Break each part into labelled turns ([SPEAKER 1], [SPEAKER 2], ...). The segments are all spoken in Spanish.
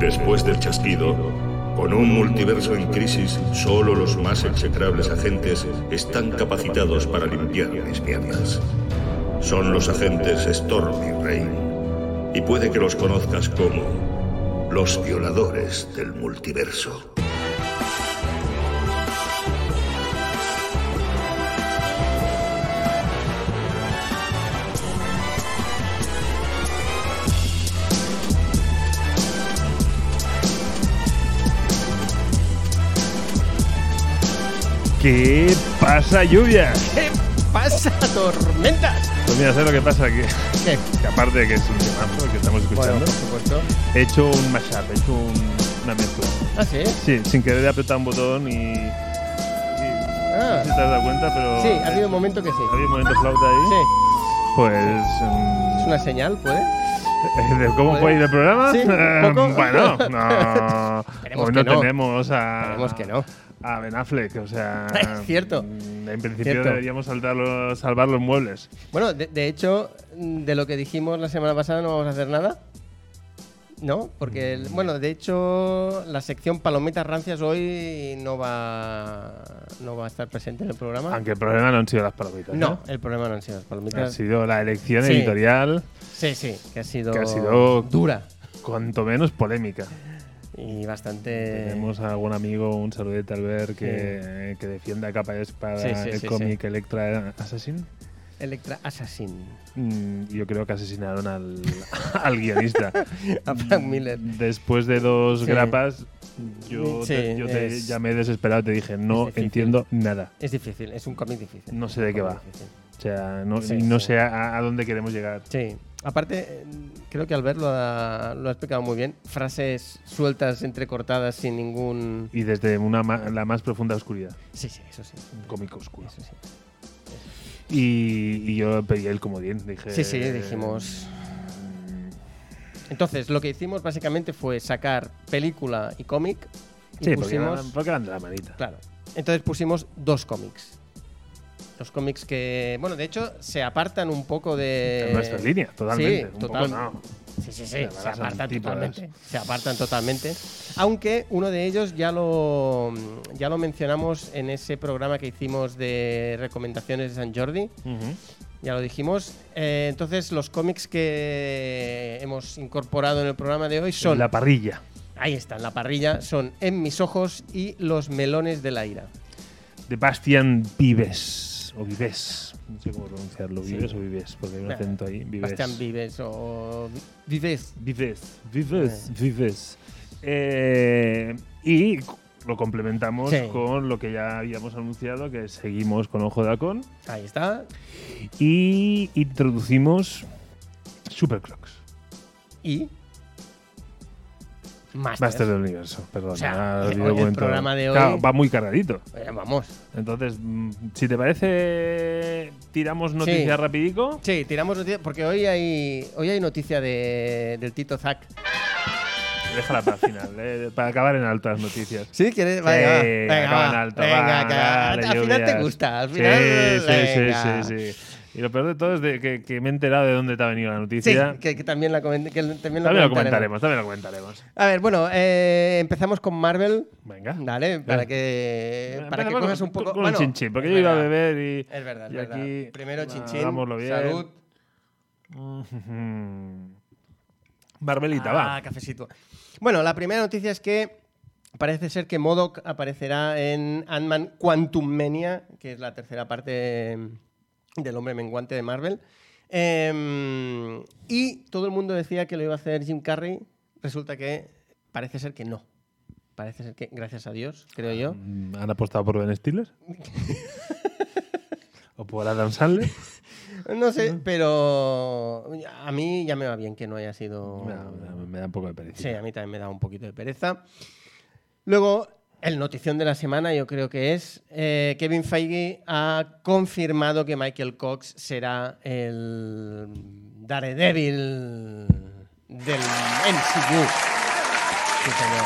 [SPEAKER 1] Después del chasquido, con un multiverso en crisis, solo los más execrables agentes están capacitados para limpiar mis mierdas. Son los agentes Storm y Rain, y puede que los conozcas como los violadores del multiverso.
[SPEAKER 2] ¿Qué pasa, lluvia?
[SPEAKER 3] ¿Qué pasa, tormentas?
[SPEAKER 2] Pues mira, ¿sabes lo que pasa? Que,
[SPEAKER 3] ¿Qué?
[SPEAKER 2] que aparte de que es un temazo que estamos escuchando,
[SPEAKER 3] Bueno, por supuesto.
[SPEAKER 2] he hecho un mashup, he hecho un- una mezcla.
[SPEAKER 3] Ah, sí.
[SPEAKER 2] Sí, sin querer he apretado un botón y... y- No sé si te
[SPEAKER 3] Ah,
[SPEAKER 2] has dado cuenta, pero...
[SPEAKER 3] sí, ha habido un momento que sí.
[SPEAKER 2] ¿Había un momento flauta ahí?
[SPEAKER 3] Sí.
[SPEAKER 2] Pues... mm,
[SPEAKER 3] ¿Es una señal, puede?
[SPEAKER 2] ¿De cómo fue ir el programa?
[SPEAKER 3] Sí, un poco.
[SPEAKER 2] Eh, bueno, no.
[SPEAKER 3] Esperemos
[SPEAKER 2] hoy
[SPEAKER 3] que
[SPEAKER 2] no,
[SPEAKER 3] no.
[SPEAKER 2] tenemos a.
[SPEAKER 3] Esperemos que no.
[SPEAKER 2] A Ben Affleck, o sea.
[SPEAKER 3] Es cierto.
[SPEAKER 2] mm, En principio
[SPEAKER 3] Cierto.
[SPEAKER 2] deberíamos saltar los- salvar los muebles.
[SPEAKER 3] Bueno, de, de hecho, de lo que dijimos la semana pasada no vamos a hacer nada. No, porque,
[SPEAKER 2] Mm.
[SPEAKER 3] el- bueno, de hecho, la sección Palomitas Rancias hoy no va, no va a estar presente en el programa.
[SPEAKER 2] Aunque el problema Ah, no Ah, han sido las palomitas.
[SPEAKER 3] no, el problema no han sido las
[SPEAKER 2] ¿no? Ha
[SPEAKER 3] palomitas.
[SPEAKER 2] sido la elección
[SPEAKER 3] Sí.
[SPEAKER 2] editorial,
[SPEAKER 3] Sí, sí, que ha sido,
[SPEAKER 2] Que ha sido-
[SPEAKER 3] dura
[SPEAKER 2] cuanto menos polémica.
[SPEAKER 3] y bastante...
[SPEAKER 2] Tenemos a algún amigo, un saludete al ver, que, que defiende a capa y espada
[SPEAKER 3] Sí, sí,
[SPEAKER 2] el
[SPEAKER 3] sí,
[SPEAKER 2] cómic Electra Assassin.
[SPEAKER 3] Electra Assassin.
[SPEAKER 2] Mm, Yo creo que asesinaron al, al guionista. Mm,
[SPEAKER 3] A Frank Miller.
[SPEAKER 2] Después de dos
[SPEAKER 3] Sí.
[SPEAKER 2] grapas, yo,
[SPEAKER 3] Sí,
[SPEAKER 2] te, yo te
[SPEAKER 3] es-
[SPEAKER 2] llamé desesperado, te dije, no
[SPEAKER 3] es difícil.
[SPEAKER 2] entiendo nada.
[SPEAKER 3] Es difícil, es un cómic difícil.
[SPEAKER 2] No sé de qué
[SPEAKER 3] Cómic
[SPEAKER 2] va.
[SPEAKER 3] difícil.
[SPEAKER 2] O sea, no,
[SPEAKER 3] Sí,
[SPEAKER 2] no
[SPEAKER 3] sí.
[SPEAKER 2] sé a, a dónde queremos llegar.
[SPEAKER 3] Sí. Aparte, eh, creo que Albert lo ha, lo ha explicado muy bien. Frases sueltas, entrecortadas, sin ningún...
[SPEAKER 2] Y desde una ma- la más profunda oscuridad,
[SPEAKER 3] Sí, sí, eso sí.
[SPEAKER 2] un cómic oscuro.
[SPEAKER 3] Eso sí.
[SPEAKER 2] Y, y yo pedí el comodín, dije...
[SPEAKER 3] Sí, sí, dijimos. Entonces, lo que hicimos básicamente fue sacar película y cómic. Y
[SPEAKER 2] Sí, porque
[SPEAKER 3] pusimos...
[SPEAKER 2] eran, porque eran de la manita.
[SPEAKER 3] Claro. Entonces pusimos dos cómics. Dos cómics que, bueno, de hecho, se apartan un poco de...
[SPEAKER 2] En nuestra línea, totalmente. Un
[SPEAKER 3] Sí,
[SPEAKER 2] poco
[SPEAKER 3] total-
[SPEAKER 2] no.
[SPEAKER 3] Sí, sí, sí,
[SPEAKER 2] Pero
[SPEAKER 3] se
[SPEAKER 2] ahora son
[SPEAKER 3] apartan
[SPEAKER 2] títulos.
[SPEAKER 3] totalmente. Se apartan totalmente. Aunque uno de ellos ya lo, ya lo mencionamos en ese programa que hicimos de recomendaciones de San Jordi.
[SPEAKER 2] Ujú.
[SPEAKER 3] Ya lo dijimos. Eh, entonces, los cómics que hemos incorporado en el programa de hoy son.
[SPEAKER 2] La parrilla.
[SPEAKER 3] Ahí está, en la parrilla. Son En mis ojos y Los melones de la ira.
[SPEAKER 2] de Bastian Vives. O Vives. No sé cómo pronunciarlo.
[SPEAKER 3] Sí.
[SPEAKER 2] Vives o Vives. Porque hay un
[SPEAKER 3] Eh,
[SPEAKER 2] acento ahí. Vives.
[SPEAKER 3] Bastián Vives o. Vives.
[SPEAKER 2] Vives. Vives. Vives. Eh, y lo complementamos
[SPEAKER 3] Sí.
[SPEAKER 2] con lo que ya habíamos anunciado, que seguimos con Ojo de Halcón.
[SPEAKER 3] Ahí está.
[SPEAKER 2] Y introducimos Superclocks.
[SPEAKER 3] Y. Master.
[SPEAKER 2] Master del Universo, perdón.
[SPEAKER 3] O sea,
[SPEAKER 2] ha
[SPEAKER 3] eh,
[SPEAKER 2] habido
[SPEAKER 3] hoy el
[SPEAKER 2] momento-
[SPEAKER 3] programa de hoy-
[SPEAKER 2] Claro, va muy cargadito.
[SPEAKER 3] Eh, vamos.
[SPEAKER 2] Entonces, mm, si te parece, tiramos noticias rapidico.
[SPEAKER 3] Sí, tiramos noticias. Porque hoy hay, hoy hay noticia de, del Tito Zack.
[SPEAKER 2] Déjala para el final, eh, para acabar en altas noticias.
[SPEAKER 3] ¿Sí? ¿Quieres?
[SPEAKER 2] Sí,
[SPEAKER 3] Venga, va. venga,
[SPEAKER 2] acaba en
[SPEAKER 3] va.
[SPEAKER 2] alto,
[SPEAKER 3] venga,
[SPEAKER 2] va,
[SPEAKER 3] que-
[SPEAKER 2] dale,
[SPEAKER 3] al final te
[SPEAKER 2] lluvias.
[SPEAKER 3] gusta. Al
[SPEAKER 2] Sí,
[SPEAKER 3] final,
[SPEAKER 2] sí,
[SPEAKER 3] venga.
[SPEAKER 2] sí, sí, sí. Y lo peor de todo es de que, que me he enterado de dónde te ha venido la
[SPEAKER 3] Sí,
[SPEAKER 2] noticia.
[SPEAKER 3] que, que también, la comen- que también,
[SPEAKER 2] también lo comentaremos, también lo comentaremos.
[SPEAKER 3] A ver, bueno, eh, empezamos con Marvel.
[SPEAKER 2] Venga.
[SPEAKER 3] Dale, para que, para que
[SPEAKER 2] Empezamos
[SPEAKER 3] cojas
[SPEAKER 2] con-
[SPEAKER 3] un poco.
[SPEAKER 2] Con
[SPEAKER 3] bueno,
[SPEAKER 2] un chinchín, porque
[SPEAKER 3] es
[SPEAKER 2] yo iba a
[SPEAKER 3] verdad,
[SPEAKER 2] beber y.
[SPEAKER 3] Es verdad, es
[SPEAKER 2] y
[SPEAKER 3] verdad.
[SPEAKER 2] aquí,
[SPEAKER 3] Primero
[SPEAKER 2] ah,
[SPEAKER 3] chinchín.
[SPEAKER 2] hagámoslo bien.
[SPEAKER 3] Salud.
[SPEAKER 2] Marvelita,
[SPEAKER 3] Ah,
[SPEAKER 2] Mm. va.
[SPEAKER 3] cafecito. Bueno, la primera noticia es que parece ser que Modoc aparecerá en Ant-Man Quantum Mania, que es la tercera parte del hombre menguante de Marvel. Em, y todo el mundo decía que lo iba a hacer Jim Carrey. Resulta que parece ser que no. Parece ser que, gracias a Dios, creo yo.
[SPEAKER 2] Mm, ¿Han apostado por Ben Stiller? ¿O por Adam Sandler?
[SPEAKER 3] No sé, pero a mí ya me va bien que no haya sido.
[SPEAKER 2] Me da- me da- me da un poco de pereza.
[SPEAKER 3] Sí, a mí también me da un poquito de pereza. Luego, el notición de la semana, yo creo que es, eh, Kevin Feige ha confirmado que Michael Cox será el Daredevil del MCU. Sí, señor.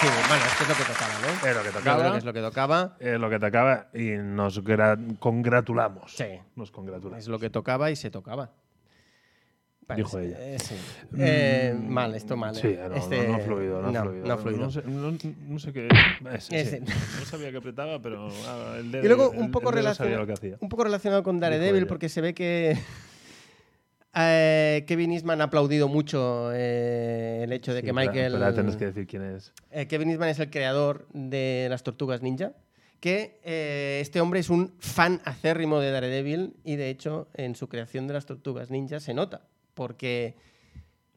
[SPEAKER 3] Sí, bueno, es que es lo que tocaba, ¿no?
[SPEAKER 2] Es lo que
[SPEAKER 3] Yo
[SPEAKER 2] tocaba.
[SPEAKER 3] creo que es lo que tocaba.
[SPEAKER 2] Es Eh, lo que te acaba y nos gra- congratulamos.
[SPEAKER 3] Sí.
[SPEAKER 2] Nos congratulamos.
[SPEAKER 3] Es lo que tocaba y se tocaba. Parece,
[SPEAKER 2] dijo ella. Mm.
[SPEAKER 3] eh, sí. Eh, mal, esto mal.
[SPEAKER 2] Sí, ah, no,
[SPEAKER 3] eh.
[SPEAKER 2] no,
[SPEAKER 3] Este-
[SPEAKER 2] no ha fluido, no ha fluido.
[SPEAKER 3] no ha fluido.
[SPEAKER 2] No sé, no- no sé qué. Ese,
[SPEAKER 3] Ese.
[SPEAKER 2] sí. No sabía que apretaba, pero ah, el dedo.
[SPEAKER 3] Y luego
[SPEAKER 2] el-
[SPEAKER 3] un poco,
[SPEAKER 2] el dedo sabía
[SPEAKER 3] relacionado,
[SPEAKER 2] lo que hacía.
[SPEAKER 3] un poco relacionado con
[SPEAKER 2] Dijo
[SPEAKER 3] Daredevil,
[SPEAKER 2] ella.
[SPEAKER 3] porque se ve que eh, Kevin Eastman ha aplaudido mucho eh, el hecho de
[SPEAKER 2] Sí,
[SPEAKER 3] que
[SPEAKER 2] pero-
[SPEAKER 3] Michael...
[SPEAKER 2] pero ahora tenés que decir quién es.
[SPEAKER 3] Eh, Kevin Eastman es el creador de las Tortugas Ninja, que eh, este hombre es un fan acérrimo de Daredevil y de hecho en su creación de las Tortugas Ninja se nota, porque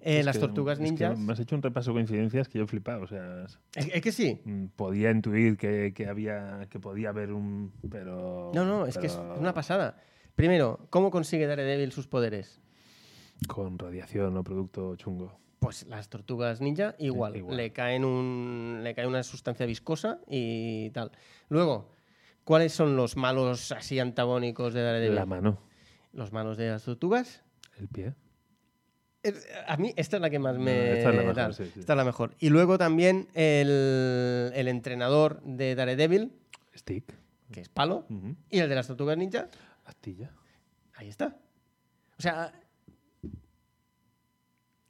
[SPEAKER 3] eh,
[SPEAKER 2] Es
[SPEAKER 3] las
[SPEAKER 2] que-
[SPEAKER 3] Tortugas
[SPEAKER 2] es que
[SPEAKER 3] Ninjas...
[SPEAKER 2] me has hecho un repaso de coincidencias que yo he flipado. O sea, es-
[SPEAKER 3] Es, es que sí.
[SPEAKER 2] mm, podía intuir que, que había que podía haber un. Pero.
[SPEAKER 3] No, no, es que es
[SPEAKER 2] pero
[SPEAKER 3] una pasada. Primero, ¿cómo consigue Daredevil sus poderes?
[SPEAKER 2] Con radiación o producto chungo.
[SPEAKER 3] Pues las tortugas ninja igual,
[SPEAKER 2] igual.
[SPEAKER 3] Le, caen un, le cae una sustancia viscosa y tal. Luego, ¿cuáles son los malos así antagónicos de Daredevil?
[SPEAKER 2] La mano,
[SPEAKER 3] los malos de las tortugas.
[SPEAKER 2] el pie.
[SPEAKER 3] Es- A mí esta es la que más me...
[SPEAKER 2] Esta es la mejor,
[SPEAKER 3] tal.
[SPEAKER 2] sí, sí.
[SPEAKER 3] Esta es la mejor. Y luego también el, el entrenador de Daredevil,
[SPEAKER 2] Stick.
[SPEAKER 3] que es Palo,
[SPEAKER 2] ujú,
[SPEAKER 3] y el de las tortugas ninja,
[SPEAKER 2] Astilla.
[SPEAKER 3] ahí está. O sea...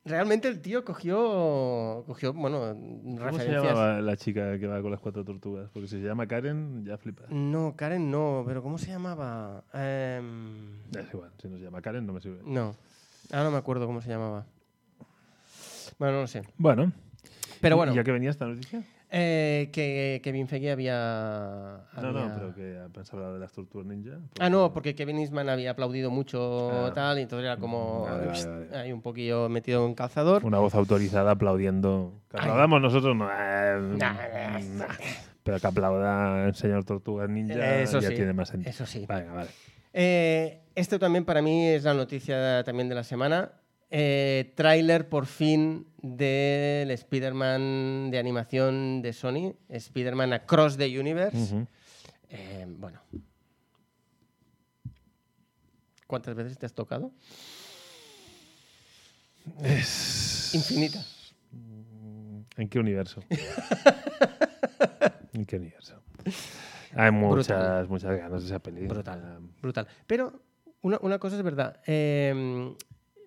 [SPEAKER 3] Realmente el tío cogió, cogió bueno,
[SPEAKER 2] ¿Cómo se
[SPEAKER 3] referencias...
[SPEAKER 2] llamaba la chica que va con las cuatro tortugas? Porque si se llama Karen, ya flipas.
[SPEAKER 3] No, Karen no, pero ¿cómo se llamaba? Em,
[SPEAKER 2] Es igual, si no se llama Karen no me sirve.
[SPEAKER 3] no, ahora no me acuerdo cómo se llamaba. Bueno, no lo sé.
[SPEAKER 2] Bueno,
[SPEAKER 3] Pero
[SPEAKER 2] ¿y-
[SPEAKER 3] bueno,
[SPEAKER 2] ¿ya que venía esta noticia?
[SPEAKER 3] eh, que Kevin Feige había...
[SPEAKER 2] No,
[SPEAKER 3] había-
[SPEAKER 2] no, pero que has hablado de las tortugas ninja.
[SPEAKER 3] Ah, no, porque Kevin Eastman había aplaudido mucho
[SPEAKER 2] Ah.
[SPEAKER 3] tal, y entonces era como...
[SPEAKER 2] Vale, vale, vale.
[SPEAKER 3] Hay un poquillo metido en calzador.
[SPEAKER 2] Una voz autorizada aplaudiendo. Que
[SPEAKER 3] Ay.
[SPEAKER 2] aplaudamos nosotros, no.
[SPEAKER 3] Nah, Eh,
[SPEAKER 2] eh, nah. Pero que aplauda el señor Tortugas Ninja
[SPEAKER 3] Eso
[SPEAKER 2] ya
[SPEAKER 3] sí,
[SPEAKER 2] tiene más sentido.
[SPEAKER 3] eso sí.
[SPEAKER 2] Venga, vale.
[SPEAKER 3] Eh, esto también para mí es la noticia también de la semana. Eh, tráiler por fin del Spider-Man de animación de Sony, Spider-Man Across the Universe.
[SPEAKER 2] Ujú.
[SPEAKER 3] Eh, bueno. ¿Cuántas veces te has tocado?
[SPEAKER 2] Es-
[SPEAKER 3] Infinita.
[SPEAKER 2] ¿En qué universo? ¿En qué universo? Hay muchas, muchas ganas de esa película.
[SPEAKER 3] Brutal. Brutal. Pero una, una cosa es verdad. eh,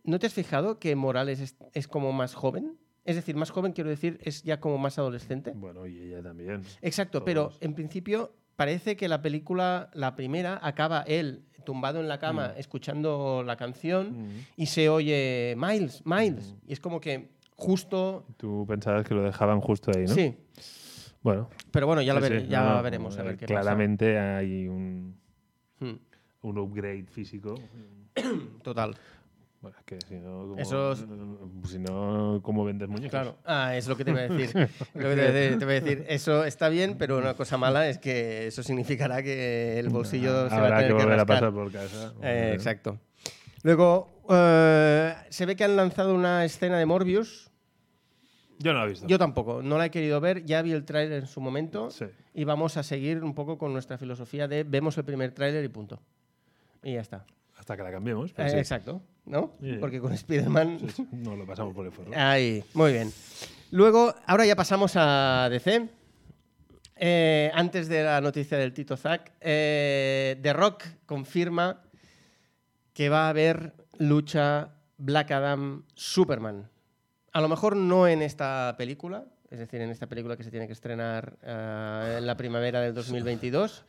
[SPEAKER 3] ¿No te has fijado que Morales es, es como más joven? Es decir, más joven quiero decir, es ya como más adolescente.
[SPEAKER 2] Ah, Bueno, y ella también.
[SPEAKER 3] Exacto,
[SPEAKER 2] Todos.
[SPEAKER 3] pero en principio parece que la película, la primera, acaba él tumbado en la cama escuchando la canción
[SPEAKER 2] Mm.
[SPEAKER 3] y se oye Miles, Miles. Y es como que justo...
[SPEAKER 2] Tú pensabas que lo dejaban justo ahí, ¿no?
[SPEAKER 3] Sí,
[SPEAKER 2] Bueno,
[SPEAKER 3] pero bueno, ya, lo
[SPEAKER 2] sí,
[SPEAKER 3] vere-
[SPEAKER 2] sí,
[SPEAKER 3] ya
[SPEAKER 2] no,
[SPEAKER 3] veremos a ver
[SPEAKER 2] eh,
[SPEAKER 3] qué
[SPEAKER 2] Claramente hay un,
[SPEAKER 3] pasa. Mm,
[SPEAKER 2] un upgrade físico.
[SPEAKER 3] Total,
[SPEAKER 2] Bueno, es que si no, ¿cómo, Pues
[SPEAKER 3] Esos-
[SPEAKER 2] si no, ¿cómo vendes muñecos?
[SPEAKER 3] claro. Ah, es lo que te iba a decir. Lo que te, iba a decir, te iba a decir, eso está bien, pero una cosa mala es que eso significará que el bolsillo se va
[SPEAKER 2] Habrá
[SPEAKER 3] a tener
[SPEAKER 2] que
[SPEAKER 3] que,
[SPEAKER 2] volver a
[SPEAKER 3] rascar.
[SPEAKER 2] pasar por casa.
[SPEAKER 3] Eh,
[SPEAKER 2] Hombre.
[SPEAKER 3] exacto. Luego, eh, se ve que han lanzado una escena de Morbius.
[SPEAKER 2] Yo no lo he visto.
[SPEAKER 3] Yo tampoco, no la he querido ver. Ya vi el tráiler en su momento
[SPEAKER 2] Sí.
[SPEAKER 3] y vamos a seguir un poco con nuestra filosofía de vemos el primer tráiler y punto. Y ya está.
[SPEAKER 2] Hasta que la cambiemos. pero Pues
[SPEAKER 3] Eh,
[SPEAKER 2] sí.
[SPEAKER 3] Exacto, ¿no?
[SPEAKER 2] Sí.
[SPEAKER 3] Porque con Spider-Man...
[SPEAKER 2] Sí, sí. No lo pasamos por el
[SPEAKER 3] Eh.
[SPEAKER 2] forro.
[SPEAKER 3] Ahí, muy bien. Luego, ahora ya pasamos a DC. Eh, antes de la noticia del Tito Zack, eh, The Rock confirma que va a haber lucha Black Adam Superman. A lo mejor no en esta película, es decir, en esta película que se tiene que estrenar eh, en la primavera del 2022,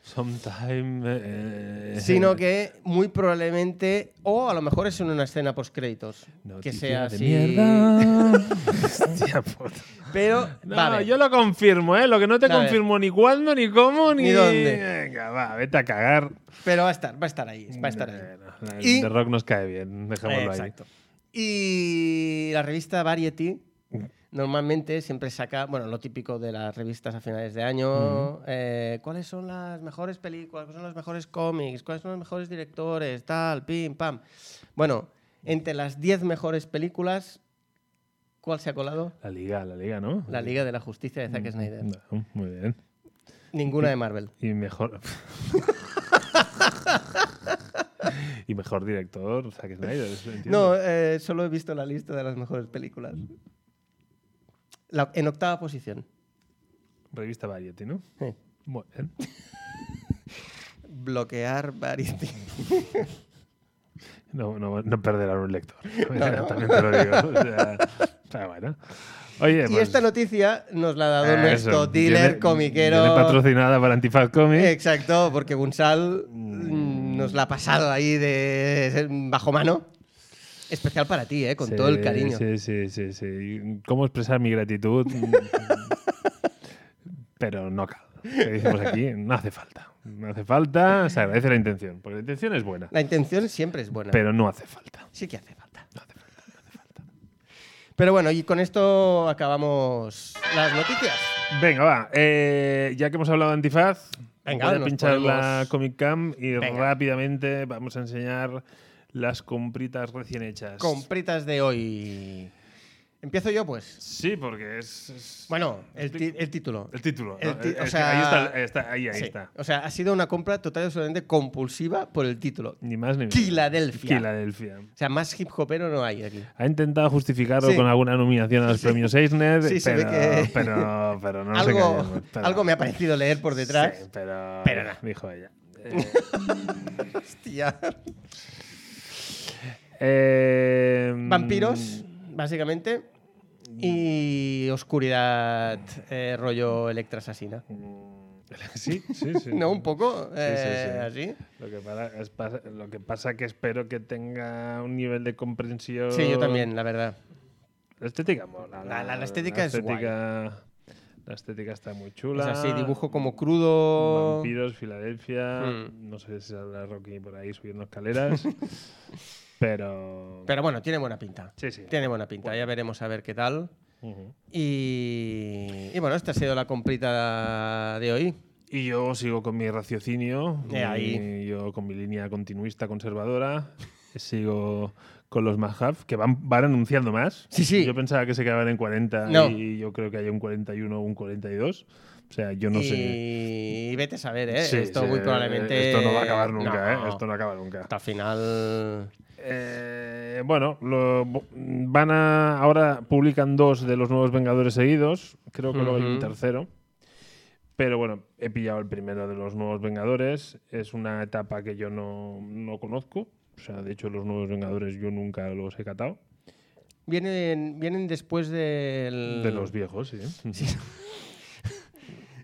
[SPEAKER 2] Sometime. eh,
[SPEAKER 3] sino que muy probablemente, o a lo mejor es en una escena post créditos, que
[SPEAKER 2] Noticia
[SPEAKER 3] sea
[SPEAKER 2] de
[SPEAKER 3] así.
[SPEAKER 2] Mierda. Hostia puta.
[SPEAKER 3] Pero
[SPEAKER 2] No,
[SPEAKER 3] va a haber.
[SPEAKER 2] yo lo confirmo, ¿eh? Lo que no te
[SPEAKER 3] Va a ver.
[SPEAKER 2] confirmo ni cuándo, ni cómo, ni,
[SPEAKER 3] Ni dónde.
[SPEAKER 2] Venga, va, vete a cagar.
[SPEAKER 3] Pero va a estar, va a estar ahí, va a estar ahí.
[SPEAKER 2] Bueno, la-
[SPEAKER 3] Y-
[SPEAKER 2] The Rock nos cae bien, dejémoslo ahí.
[SPEAKER 3] Exacto. Y la revista Variety normalmente siempre saca, bueno, lo típico de las revistas a finales de año, eh, cuáles son las mejores películas, cuáles son los mejores cómics, cuáles son los mejores directores, tal, pim, pam. Bueno, entre las 10 mejores películas, ¿cuál se ha colado?
[SPEAKER 2] La liga, la liga, ¿no?
[SPEAKER 3] La Liga de la Justicia de Zack Snyder.
[SPEAKER 2] No, muy bien.
[SPEAKER 3] Ninguna de Marvel.
[SPEAKER 2] Y mejor. y mejor director, Zack Snyder. eso lo entiendo.
[SPEAKER 3] No, eh, solo he visto la lista de las mejores películas. La- en octava posición.
[SPEAKER 2] Revista Variety, ¿no?
[SPEAKER 3] Eh.
[SPEAKER 2] Muy bien.
[SPEAKER 3] Bloquear Variety.
[SPEAKER 2] No, no, no perderán un lector. También te lo digo. O sea, está bueno. Oye,
[SPEAKER 3] Y
[SPEAKER 2] pues,
[SPEAKER 3] esta noticia nos la ha dado
[SPEAKER 2] Ah, eso,
[SPEAKER 3] nuestro
[SPEAKER 2] viene-
[SPEAKER 3] dealer comiquero. Eh,
[SPEAKER 2] viene patrocinada por Antifaz Comics.
[SPEAKER 3] Exacto, porque Gunsal mm, nos la ha pasado ahí de bajo mano. Especial para ti, ¿eh? con
[SPEAKER 2] Sí,
[SPEAKER 3] todo el cariño.
[SPEAKER 2] Sí, sí, sí, sí. ¿Cómo expresar mi gratitud? Pero no cabe. Que decimos aquí, no hace falta. No hace falta, se agradece la intención, porque la intención es buena,
[SPEAKER 3] La intención siempre es buena.
[SPEAKER 2] pero no hace falta.
[SPEAKER 3] Sí que hace falta. Pero bueno, y con esto acabamos las noticias.
[SPEAKER 2] Venga, va. Eh, ya que hemos hablado de antifaz,
[SPEAKER 3] Venga,
[SPEAKER 2] voy a
[SPEAKER 3] nos
[SPEAKER 2] pinchar la
[SPEAKER 3] ponemos-
[SPEAKER 2] Comic Cam y
[SPEAKER 3] Venga.
[SPEAKER 2] rápidamente vamos a enseñar las compritas recién hechas.
[SPEAKER 3] Compritas de hoy. Empiezo yo, pues.
[SPEAKER 2] sí, porque es, es-
[SPEAKER 3] Bueno, el, ti- el título.
[SPEAKER 2] el título.
[SPEAKER 3] el
[SPEAKER 2] ¿no? Eh,
[SPEAKER 3] ti-
[SPEAKER 2] Es
[SPEAKER 3] o
[SPEAKER 2] que
[SPEAKER 3] sea-
[SPEAKER 2] ahí está, está- ahí, ahí
[SPEAKER 3] Sí.
[SPEAKER 2] está.
[SPEAKER 3] O sea, ha sido una compra total y absolutamente compulsiva por el título.
[SPEAKER 2] Ni más ni menos.
[SPEAKER 3] Filadelfia.
[SPEAKER 2] Filadelfia.
[SPEAKER 3] O sea, más hip hopero no hay aquí.
[SPEAKER 2] Ha intentado justificarlo
[SPEAKER 3] Sí.
[SPEAKER 2] con alguna nominación a los premios Eisner,
[SPEAKER 3] Sí, se ve
[SPEAKER 2] pero,
[SPEAKER 3] que-
[SPEAKER 2] pero, pero no nos
[SPEAKER 3] algo,
[SPEAKER 2] engañemos, pues, pero-
[SPEAKER 3] algo me ha parecido leer por detrás.
[SPEAKER 2] Sí, pero,
[SPEAKER 3] Pero nada.
[SPEAKER 2] dijo ella. Eh,
[SPEAKER 3] Hostia.
[SPEAKER 2] eh,
[SPEAKER 3] Vampiros,
[SPEAKER 2] Mm.
[SPEAKER 3] básicamente. Y oscuridad, eh, rollo Electra asesina.
[SPEAKER 2] Sí, sí, sí.
[SPEAKER 3] ¿No? Un poco eh,
[SPEAKER 2] sí, sí.
[SPEAKER 3] así.
[SPEAKER 2] Lo que, para- es pasa, lo que pasa que espero que tenga un nivel de comprensión.
[SPEAKER 3] Sí, yo también, la verdad.
[SPEAKER 2] La estética mola.
[SPEAKER 3] La- la- la estética es
[SPEAKER 2] estética- La estética está muy
[SPEAKER 3] O
[SPEAKER 2] chula.
[SPEAKER 3] sea, sí, dibujo como crudo.
[SPEAKER 2] Vampiros, Filadelfia.
[SPEAKER 3] Hmm.
[SPEAKER 2] No sé si saldrá Rocky por ahí subiendo escaleras. pero.
[SPEAKER 3] Pero bueno, tiene buena pinta.
[SPEAKER 2] Sí, sí.
[SPEAKER 3] Tiene buena pinta, ya veremos a ver qué tal.
[SPEAKER 2] Ujú.
[SPEAKER 3] Y, y bueno, esta ha sido la comprita de hoy.
[SPEAKER 2] Y yo sigo con mi raciocinio.
[SPEAKER 3] Eh, ahí.
[SPEAKER 2] y yo con mi línea continuista conservadora. Sigo con los Mahaf, que van, van anunciando más.
[SPEAKER 3] Sí, sí.
[SPEAKER 2] Yo pensaba que se quedaban en 40
[SPEAKER 3] No.
[SPEAKER 2] y yo creo que hay un 41 o un 42. O sea, yo no
[SPEAKER 3] y...
[SPEAKER 2] sé.
[SPEAKER 3] vete a saber, ¿eh?
[SPEAKER 2] Sí,
[SPEAKER 3] esto
[SPEAKER 2] sí,
[SPEAKER 3] muy probablemente.
[SPEAKER 2] Esto no va a acabar nunca,
[SPEAKER 3] No.
[SPEAKER 2] ¿eh? Esto no acaba nunca.
[SPEAKER 3] Hasta final.
[SPEAKER 2] Eh, bueno, lo- van a. Ahora publican dos de los nuevos Vengadores seguidos. Creo que luego hay un
[SPEAKER 3] Ujú.
[SPEAKER 2] tercero. Pero bueno, he pillado el primero de los nuevos Vengadores. Es una etapa que yo no, no conozco. O sea, de hecho, los nuevos Vengadores yo nunca los he catado.
[SPEAKER 3] Vienen, vienen después del.
[SPEAKER 2] De los viejos, sí.
[SPEAKER 3] Mm.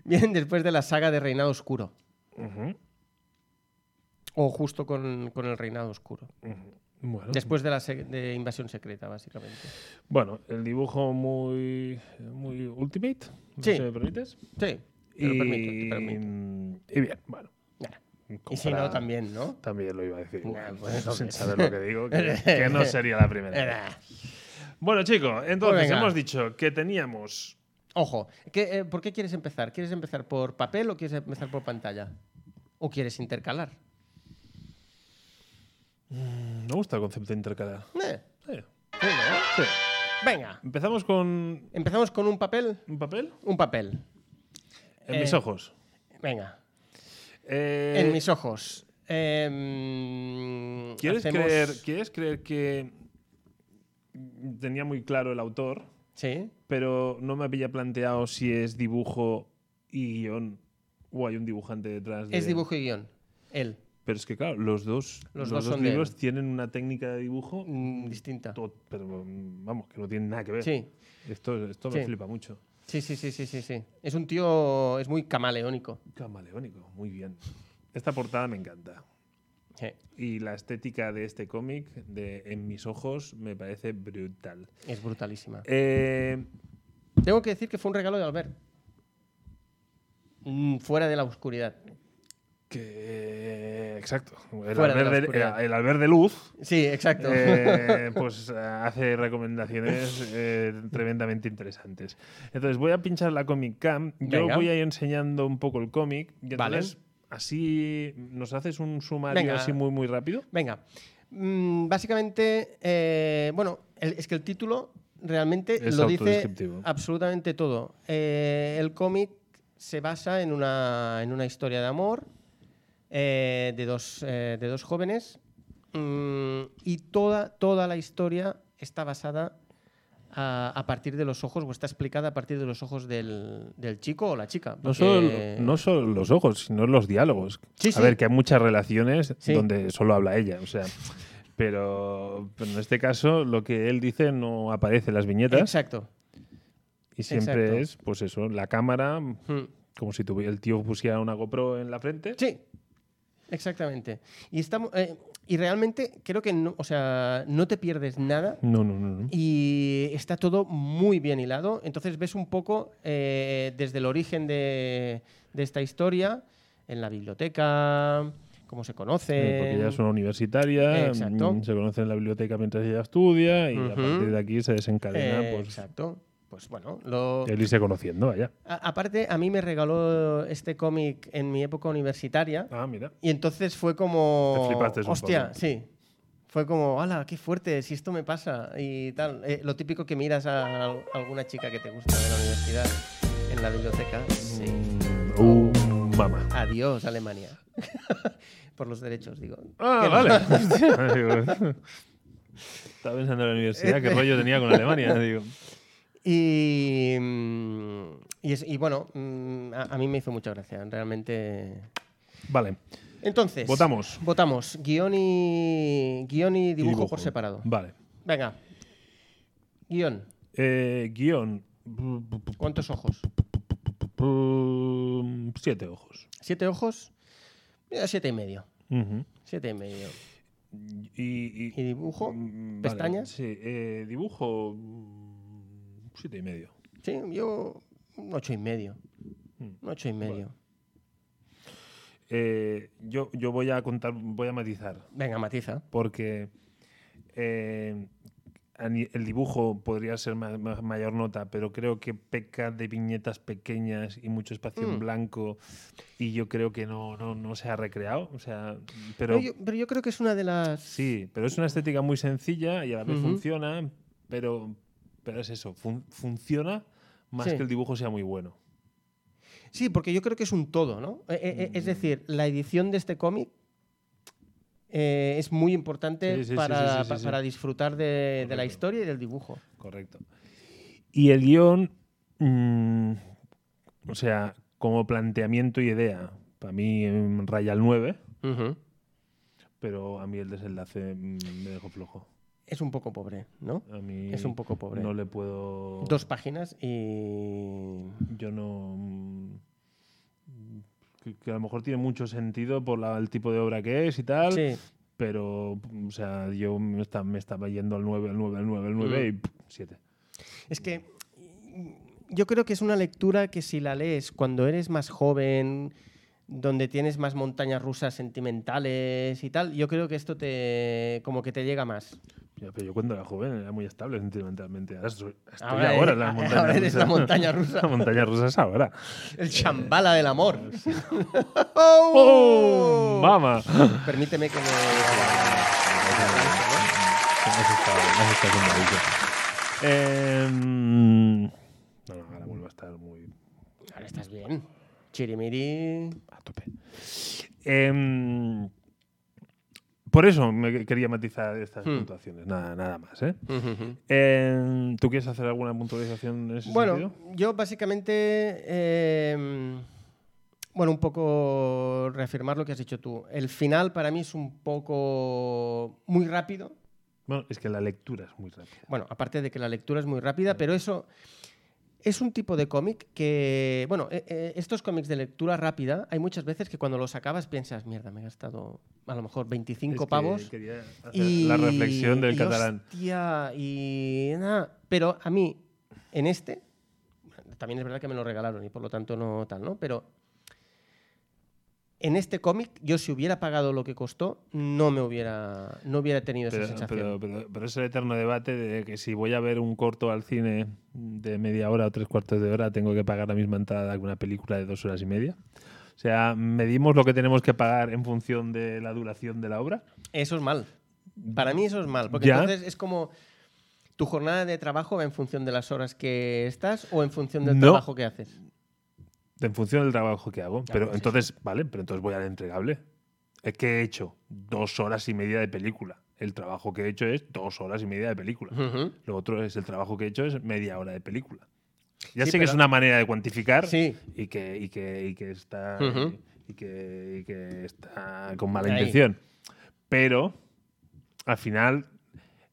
[SPEAKER 3] Vienen después de la saga de Reinado Oscuro.
[SPEAKER 2] Ujú,
[SPEAKER 3] O justo con, con el Reinado Oscuro.
[SPEAKER 2] ujú. Bueno.
[SPEAKER 3] Después de la se- de Invasión Secreta, básicamente.
[SPEAKER 2] bueno, el dibujo muy, muy Ultimate. No
[SPEAKER 3] Sí.
[SPEAKER 2] sé, ¿me permites?
[SPEAKER 3] Sí, te lo
[SPEAKER 2] y,
[SPEAKER 3] permito, te permito.
[SPEAKER 2] y bien, bueno.
[SPEAKER 3] Nah. Y
[SPEAKER 2] Como
[SPEAKER 3] si
[SPEAKER 2] para-
[SPEAKER 3] no, también, ¿no?
[SPEAKER 2] También lo iba a decir.
[SPEAKER 3] Nah,
[SPEAKER 2] Bueno,
[SPEAKER 3] pues,
[SPEAKER 2] sin
[SPEAKER 3] entonces.
[SPEAKER 2] saber lo que digo, que, que no sería la primera. vez.
[SPEAKER 3] Eh,
[SPEAKER 2] Bueno, chicos, entonces
[SPEAKER 3] Pues venga.
[SPEAKER 2] hemos dicho que teníamos.
[SPEAKER 3] Ojo, ¿qué, eh, ¿por qué quieres empezar? ¿Quieres empezar por papel o quieres empezar por pantalla? ¿O quieres intercalar?
[SPEAKER 2] Me gusta el concepto de intercalar.
[SPEAKER 3] Eh,
[SPEAKER 2] Eh,
[SPEAKER 3] sí, ¿no?
[SPEAKER 2] sí.
[SPEAKER 3] Venga,
[SPEAKER 2] Empezamos con
[SPEAKER 3] empezamos con un papel.
[SPEAKER 2] un papel
[SPEAKER 3] Un papel.
[SPEAKER 2] en
[SPEAKER 3] Eh,
[SPEAKER 2] mis ojos.
[SPEAKER 3] Venga,
[SPEAKER 2] Eh,
[SPEAKER 3] en mis ojos. Em,
[SPEAKER 2] ¿quieres,
[SPEAKER 3] hacemos-
[SPEAKER 2] creer, ¿Quieres creer que tenía muy claro el autor,
[SPEAKER 3] Sí.
[SPEAKER 2] pero no me había planteado si es dibujo y guión o hay un dibujante detrás? de-
[SPEAKER 3] Es dibujo y guión. Él.
[SPEAKER 2] Pero es que, claro, los dos, los
[SPEAKER 3] Los
[SPEAKER 2] dos,
[SPEAKER 3] dos son de
[SPEAKER 2] libros
[SPEAKER 3] él.
[SPEAKER 2] tienen una técnica de dibujo
[SPEAKER 3] Mm, distinta.
[SPEAKER 2] to- pero mm, vamos, que no tienen nada que ver.
[SPEAKER 3] Sí.
[SPEAKER 2] Esto, esto me
[SPEAKER 3] Sí.
[SPEAKER 2] flipa mucho.
[SPEAKER 3] Sí, sí, sí, sí, sí, sí. Es un tío, es muy camaleónico.
[SPEAKER 2] Camaleónico, muy bien. Esta portada me encanta.
[SPEAKER 3] Sí.
[SPEAKER 2] Y la estética de este cómic, de En mis ojos, me parece brutal.
[SPEAKER 3] Es brutalísima.
[SPEAKER 2] Eh,
[SPEAKER 3] Tengo que decir que fue un regalo de Albert. Mm, fuera de la oscuridad.
[SPEAKER 2] que, exacto. El
[SPEAKER 3] Fuera de la
[SPEAKER 2] alber de, eh,
[SPEAKER 3] oscuridad.
[SPEAKER 2] el alber de luz,
[SPEAKER 3] Sí, exacto.
[SPEAKER 2] eh, pues hace recomendaciones eh, tremendamente interesantes. Entonces voy a pinchar la Comic Cam. Yo
[SPEAKER 3] Venga.
[SPEAKER 2] voy a ir enseñando un poco el cómic. Y
[SPEAKER 3] Vale.
[SPEAKER 2] entonces, así nos haces un sumario
[SPEAKER 3] Venga.
[SPEAKER 2] así muy, muy rápido.
[SPEAKER 3] Venga. Mm, básicamente, eh, bueno, el- es que el título realmente
[SPEAKER 2] Es
[SPEAKER 3] lo dice
[SPEAKER 2] autodescriptivo.
[SPEAKER 3] absolutamente todo. Eh, el cómic se basa en una, en una historia de amor eh, de, dos, eh, de dos jóvenes mm, y toda, toda la historia está basada a, a partir de los ojos o está explicada a partir de los ojos del, del chico o la chica.
[SPEAKER 2] No solo,
[SPEAKER 3] porque-
[SPEAKER 2] no solo los ojos, sino los diálogos.
[SPEAKER 3] Eh, Sí,
[SPEAKER 2] a
[SPEAKER 3] sí.
[SPEAKER 2] ver, que hay muchas relaciones
[SPEAKER 3] Sí.
[SPEAKER 2] donde solo habla ella. O sea, Pero, pero en este caso, lo que él dice no aparece en las viñetas.
[SPEAKER 3] Exacto.
[SPEAKER 2] Y siempre
[SPEAKER 3] exacto.
[SPEAKER 2] es, pues eso, la cámara,
[SPEAKER 3] Hmm.
[SPEAKER 2] como si tuvi- el tío pusiera una GoPro en la frente.
[SPEAKER 3] Sí, exactamente. Y, estamos, eh, y realmente creo que no, o sea, no te pierdes nada
[SPEAKER 2] No, no, no. no.
[SPEAKER 3] y está todo muy bien hilado. Entonces ves un poco eh, desde el origen de, de esta historia, en la biblioteca, cómo se
[SPEAKER 2] Eh,
[SPEAKER 3] conoce.
[SPEAKER 2] Porque ella es una universitaria,
[SPEAKER 3] Exacto.
[SPEAKER 2] mm, se conoce en la biblioteca mientras ella estudia y a
[SPEAKER 3] Ujú.
[SPEAKER 2] partir de aquí se desencadena pues,
[SPEAKER 3] eh, Exacto. Pues bueno, lo...
[SPEAKER 2] el irse conociendo, vaya.
[SPEAKER 3] A- aparte, a mí me regaló este cómic en mi época universitaria.
[SPEAKER 2] Ah, mira.
[SPEAKER 3] Y entonces fue como.
[SPEAKER 2] Te flipaste un
[SPEAKER 3] Hostia,
[SPEAKER 2] poco.
[SPEAKER 3] sí. Fue como, ¡hala, qué fuerte! Si esto me pasa y tal. Eh, lo típico que miras a al- alguna chica que te gusta de la universidad en la biblioteca. Sí.
[SPEAKER 2] Mm, Uh, mamá.
[SPEAKER 3] Adiós, Alemania. Por los derechos, digo.
[SPEAKER 2] Ah,
[SPEAKER 3] Que no.
[SPEAKER 2] vale. Hostia, digo, Estaba pensando en la universidad, qué rollo tenía con Alemania. Digo.
[SPEAKER 3] Y, mm, y, es- y bueno, mm, a, a mí me hizo mucha gracia, realmente.
[SPEAKER 2] Vale,
[SPEAKER 3] Entonces.
[SPEAKER 2] Votamos.
[SPEAKER 3] Votamos. Guión y, guión y,
[SPEAKER 2] y
[SPEAKER 3] dibujo, por separado.
[SPEAKER 2] Vale.
[SPEAKER 3] Venga. Guión.
[SPEAKER 2] Eh, guión.
[SPEAKER 3] ¿Cuántos ojos?
[SPEAKER 2] Mm, Siete ojos.
[SPEAKER 3] ¿Siete ojos? Eh, Siete y medio.
[SPEAKER 2] Ujú.
[SPEAKER 3] Siete y medio.
[SPEAKER 2] Y,
[SPEAKER 3] ¿Y dibujo?
[SPEAKER 2] Mm, vale,
[SPEAKER 3] ¿Pestañas?
[SPEAKER 2] sí, eh, dibujo. mm, Siete y medio.
[SPEAKER 3] Sí, yo un ocho y medio.
[SPEAKER 2] Mm,
[SPEAKER 3] Un Ocho y medio.
[SPEAKER 2] Eh, yo, yo voy a contar, voy a matizar,
[SPEAKER 3] Venga, matiza.
[SPEAKER 2] porque eh, a ni- el dibujo podría ser ma- ma- mayor nota, pero creo que peca de viñetas pequeñas y mucho espacio en
[SPEAKER 3] Mm.
[SPEAKER 2] blanco, y yo creo que no, no, no se ha recreado. O sea,
[SPEAKER 3] Pero,
[SPEAKER 2] pero
[SPEAKER 3] yo, pero yo creo que es una de las...
[SPEAKER 2] sí, pero es una estética muy sencilla y a la vez
[SPEAKER 3] Ujú.
[SPEAKER 2] funciona, pero, pero es eso, fun- funciona más
[SPEAKER 3] Sí.
[SPEAKER 2] que el dibujo sea muy bueno.
[SPEAKER 3] Sí, porque yo creo que es un todo, ¿no? Eh, eh, eh,
[SPEAKER 2] Mm.
[SPEAKER 3] Es decir, la edición de este cómic eh, es muy importante
[SPEAKER 2] Sí, sí, sí,
[SPEAKER 3] para,
[SPEAKER 2] sí, sí, sí,
[SPEAKER 3] pa-
[SPEAKER 2] sí.
[SPEAKER 3] para disfrutar de, de la
[SPEAKER 2] Correcto.
[SPEAKER 3] historia y del dibujo.
[SPEAKER 2] Correcto. Y el guión, mm, o sea, como planteamiento y idea, para mí mm, raya al 9, pero a mí el desenlace mm, me dejó flojo.
[SPEAKER 3] Es un poco pobre, ¿no?
[SPEAKER 2] A mí
[SPEAKER 3] Es un poco pobre.
[SPEAKER 2] no le puedo...
[SPEAKER 3] Dos páginas y...
[SPEAKER 2] Yo no... mm, Que, que a lo mejor tiene mucho sentido por la- el tipo de obra que es y tal,
[SPEAKER 3] Sí.
[SPEAKER 2] pero, mm, o sea, yo me, está- me estaba yendo al 9, al 9, al 9, al 9
[SPEAKER 3] Mm.
[SPEAKER 2] y 7.
[SPEAKER 3] Es que mm, yo creo que es una lectura que si la lees cuando eres más joven, donde tienes más montañas rusas sentimentales y tal, yo creo que esto te como que te llega más.
[SPEAKER 2] Ya, pero yo cuando era joven era muy estable sentimentalmente. Ahora estoy estoy
[SPEAKER 3] Ahora
[SPEAKER 2] ahora,
[SPEAKER 3] eres-
[SPEAKER 2] en la
[SPEAKER 3] ahora
[SPEAKER 2] montaña
[SPEAKER 3] eres
[SPEAKER 2] rusa.
[SPEAKER 3] la montaña rusa.
[SPEAKER 2] la montaña rusa es ahora.
[SPEAKER 3] El chambala del amor.
[SPEAKER 2] ¡Oh!
[SPEAKER 3] Eh, ¡Oh!
[SPEAKER 2] ¡Mama! Me has
[SPEAKER 3] Permíteme que me
[SPEAKER 2] asustado, me has asustado con maravilla. Eh, mm, no, no, ahora vuelvo a estar muy
[SPEAKER 3] Ahora estás bien. Chirimiri.
[SPEAKER 2] a tope. Em, por eso me quería matizar estas
[SPEAKER 3] Hmm.
[SPEAKER 2] puntuaciones, nada, nada más. ¿eh? Em, ¿Tú quieres hacer alguna puntualización en ese
[SPEAKER 3] Bueno,
[SPEAKER 2] sentido?
[SPEAKER 3] yo básicamente. eh, bueno, un poco reafirmar lo que has dicho tú. El final para mí es un poco muy rápido.
[SPEAKER 2] Bueno, es que la lectura es muy rápida.
[SPEAKER 3] Bueno, aparte de que la lectura es muy rápida, pero eso. Es un tipo de cómic que. Bueno, eh, eh, estos cómics de lectura rápida, hay muchas veces que cuando los acabas piensas, mierda, me he gastado a lo mejor 25
[SPEAKER 2] Es que
[SPEAKER 3] pavos.
[SPEAKER 2] quería hacer
[SPEAKER 3] Y,
[SPEAKER 2] la reflexión del
[SPEAKER 3] y
[SPEAKER 2] catalán.
[SPEAKER 3] hostia, y nada. Pero a mí, en este, también es verdad que me lo regalaron y por lo tanto no tal, ¿no? Pero en este cómic, yo si hubiera pagado lo que costó, no me hubiera, no hubiera tenido
[SPEAKER 2] Pero,
[SPEAKER 3] esa sensación.
[SPEAKER 2] pero- pero- pero es el eterno debate de que si voy a ver un corto al cine de media hora o tres cuartos de hora, tengo que pagar la misma entrada que una película de dos horas y media. O sea, medimos lo que tenemos que pagar en función de la duración de la obra.
[SPEAKER 3] Eso es mal. Para mí eso es mal, porque
[SPEAKER 2] Ya.
[SPEAKER 3] entonces es como... ¿Tu jornada de trabajo va en función de las horas que estás o en función del
[SPEAKER 2] No.
[SPEAKER 3] trabajo que haces?
[SPEAKER 2] En función del trabajo que hago.
[SPEAKER 3] Ya,
[SPEAKER 2] pero
[SPEAKER 3] pues sí.
[SPEAKER 2] entonces, vale, pero entonces voy al entregable. Es que he hecho dos horas y media de película. El trabajo que he hecho es dos horas y media de película.
[SPEAKER 3] Ujú.
[SPEAKER 2] Lo otro es el trabajo que he hecho es media hora de película. Ya
[SPEAKER 3] Sí,
[SPEAKER 2] sé que
[SPEAKER 3] pero-
[SPEAKER 2] es una manera de cuantificar
[SPEAKER 3] Sí.
[SPEAKER 2] y, que, y, que, y que está
[SPEAKER 3] Ujú.
[SPEAKER 2] y, que, y que está con mala
[SPEAKER 3] Ahí.
[SPEAKER 2] intención. Pero al final,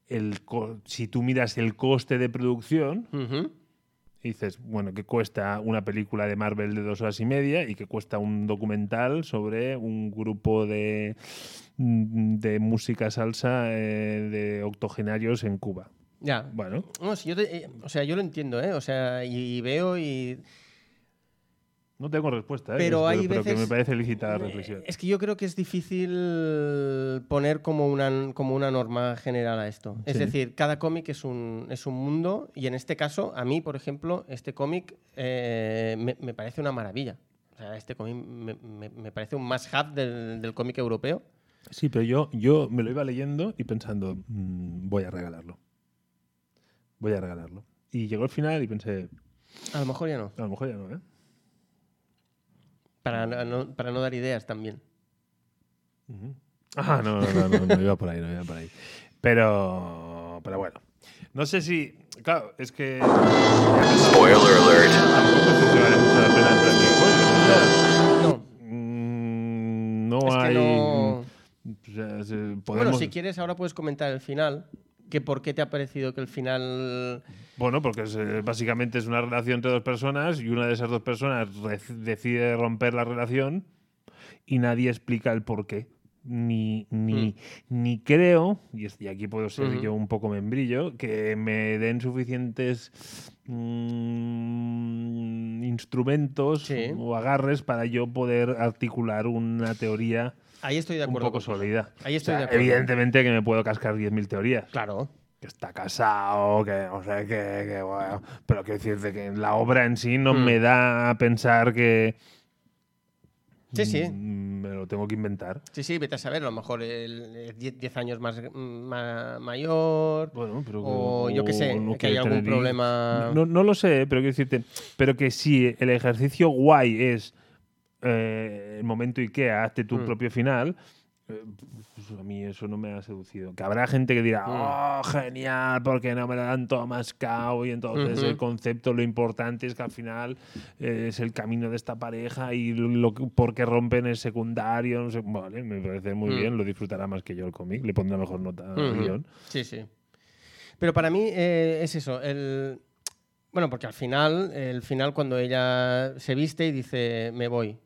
[SPEAKER 2] el co- si tú miras el coste de producción,
[SPEAKER 3] Ujú.
[SPEAKER 2] y dices, bueno, ¿qué cuesta una película de Marvel de dos horas y media y qué cuesta un documental sobre un grupo de, de música salsa eh, de octogenarios en Cuba?
[SPEAKER 3] Ya.
[SPEAKER 2] Bueno,
[SPEAKER 3] No, si yo te- eh, o sea, yo lo entiendo, ¿eh? O sea, y, y veo y...
[SPEAKER 2] no tengo respuesta, ¿eh?
[SPEAKER 3] Pero hay
[SPEAKER 2] que
[SPEAKER 3] veces-
[SPEAKER 2] me parece lícita la reflexión.
[SPEAKER 3] Es que yo creo que es difícil poner como una, como una norma general a esto. Es
[SPEAKER 2] Sí.
[SPEAKER 3] decir, cada cómic es un, es un mundo y en este caso, a mí, por ejemplo, este cómic eh, me, me parece una maravilla. O sea, este cómic me, me- me parece un must-have del, del cómic europeo.
[SPEAKER 2] Sí, pero yo, yo me lo iba leyendo y pensando, "Mm, voy a regalarlo. Voy a regalarlo. Y llegó el final y pensé,
[SPEAKER 3] A lo mejor ya no.
[SPEAKER 2] a lo mejor ya no, ¿eh?
[SPEAKER 3] Para no, para no dar ideas también.
[SPEAKER 2] Ujú. Ah, no, no, no, no, no iba por ahí, no iba por ahí. Pero, pero bueno. No sé si. Claro, es que.
[SPEAKER 4] Spoiler alert.
[SPEAKER 3] No.
[SPEAKER 2] pues, Mm, No
[SPEAKER 3] Es que
[SPEAKER 2] hay.
[SPEAKER 3] no-
[SPEAKER 2] o sea, se- podemos,
[SPEAKER 3] Bueno, si quieres, ahora puedes comentar el final. Que por qué te ha parecido que el final.
[SPEAKER 2] Bueno, porque es, eh, básicamente es una relación entre dos personas y una de esas dos personas rec- decide romper la relación y nadie explica el por qué. Ni, ni, ni creo, y es- y aquí puedo ser
[SPEAKER 3] Hmm. Ujú.
[SPEAKER 2] yo un poco membrillo, que me den suficientes mm, instrumentos
[SPEAKER 3] Sí.
[SPEAKER 2] o agarres para yo poder articular una teoría
[SPEAKER 3] Ahí estoy de
[SPEAKER 2] un
[SPEAKER 3] acuerdo.
[SPEAKER 2] poco
[SPEAKER 3] contigo.
[SPEAKER 2] sólida.
[SPEAKER 3] Ahí estoy
[SPEAKER 2] O sea,
[SPEAKER 3] de acuerdo.
[SPEAKER 2] Evidentemente que me puedo cascar 10.000 teorías
[SPEAKER 3] Claro.
[SPEAKER 2] que está casado, que no sé qué, que bueno. Pero quiero decirte que la obra en sí no
[SPEAKER 3] Mm.
[SPEAKER 2] me da a pensar que.
[SPEAKER 3] Sí, sí.
[SPEAKER 2] mm, Me lo tengo que inventar.
[SPEAKER 3] Sí, sí, vete a saber, a lo mejor el- el 10 10 años más ma- mayor.
[SPEAKER 2] Bueno, pero.
[SPEAKER 3] o yo qué sé,
[SPEAKER 2] no
[SPEAKER 3] que hay
[SPEAKER 2] quiere
[SPEAKER 3] algún
[SPEAKER 2] tener-
[SPEAKER 3] problema.
[SPEAKER 2] No, no lo sé, eh, pero quiero decirte. Pero que sí, el ejercicio guay es. eh, el momento IKEA, hazte tu
[SPEAKER 3] Mm.
[SPEAKER 2] propio final. eh, pues a mí eso no me ha seducido. Que habrá gente que
[SPEAKER 3] Mm.
[SPEAKER 2] dirá, oh, genial, porque no me lo dan todo mascao y entonces
[SPEAKER 3] Ujú.
[SPEAKER 2] el concepto, lo importante es que al final eh, es el camino de esta pareja y lo, lo que- por qué rompen es secundario. no sé. Vale, me parece muy
[SPEAKER 3] Mm.
[SPEAKER 2] bien, lo disfrutará más que yo el cómic, le pondrá mejor nota al
[SPEAKER 3] Ujú.
[SPEAKER 2] guión.
[SPEAKER 3] Sí, sí. Pero para mí eh, es eso. El... Bueno, porque al final, el final cuando ella se viste y dice, me voy.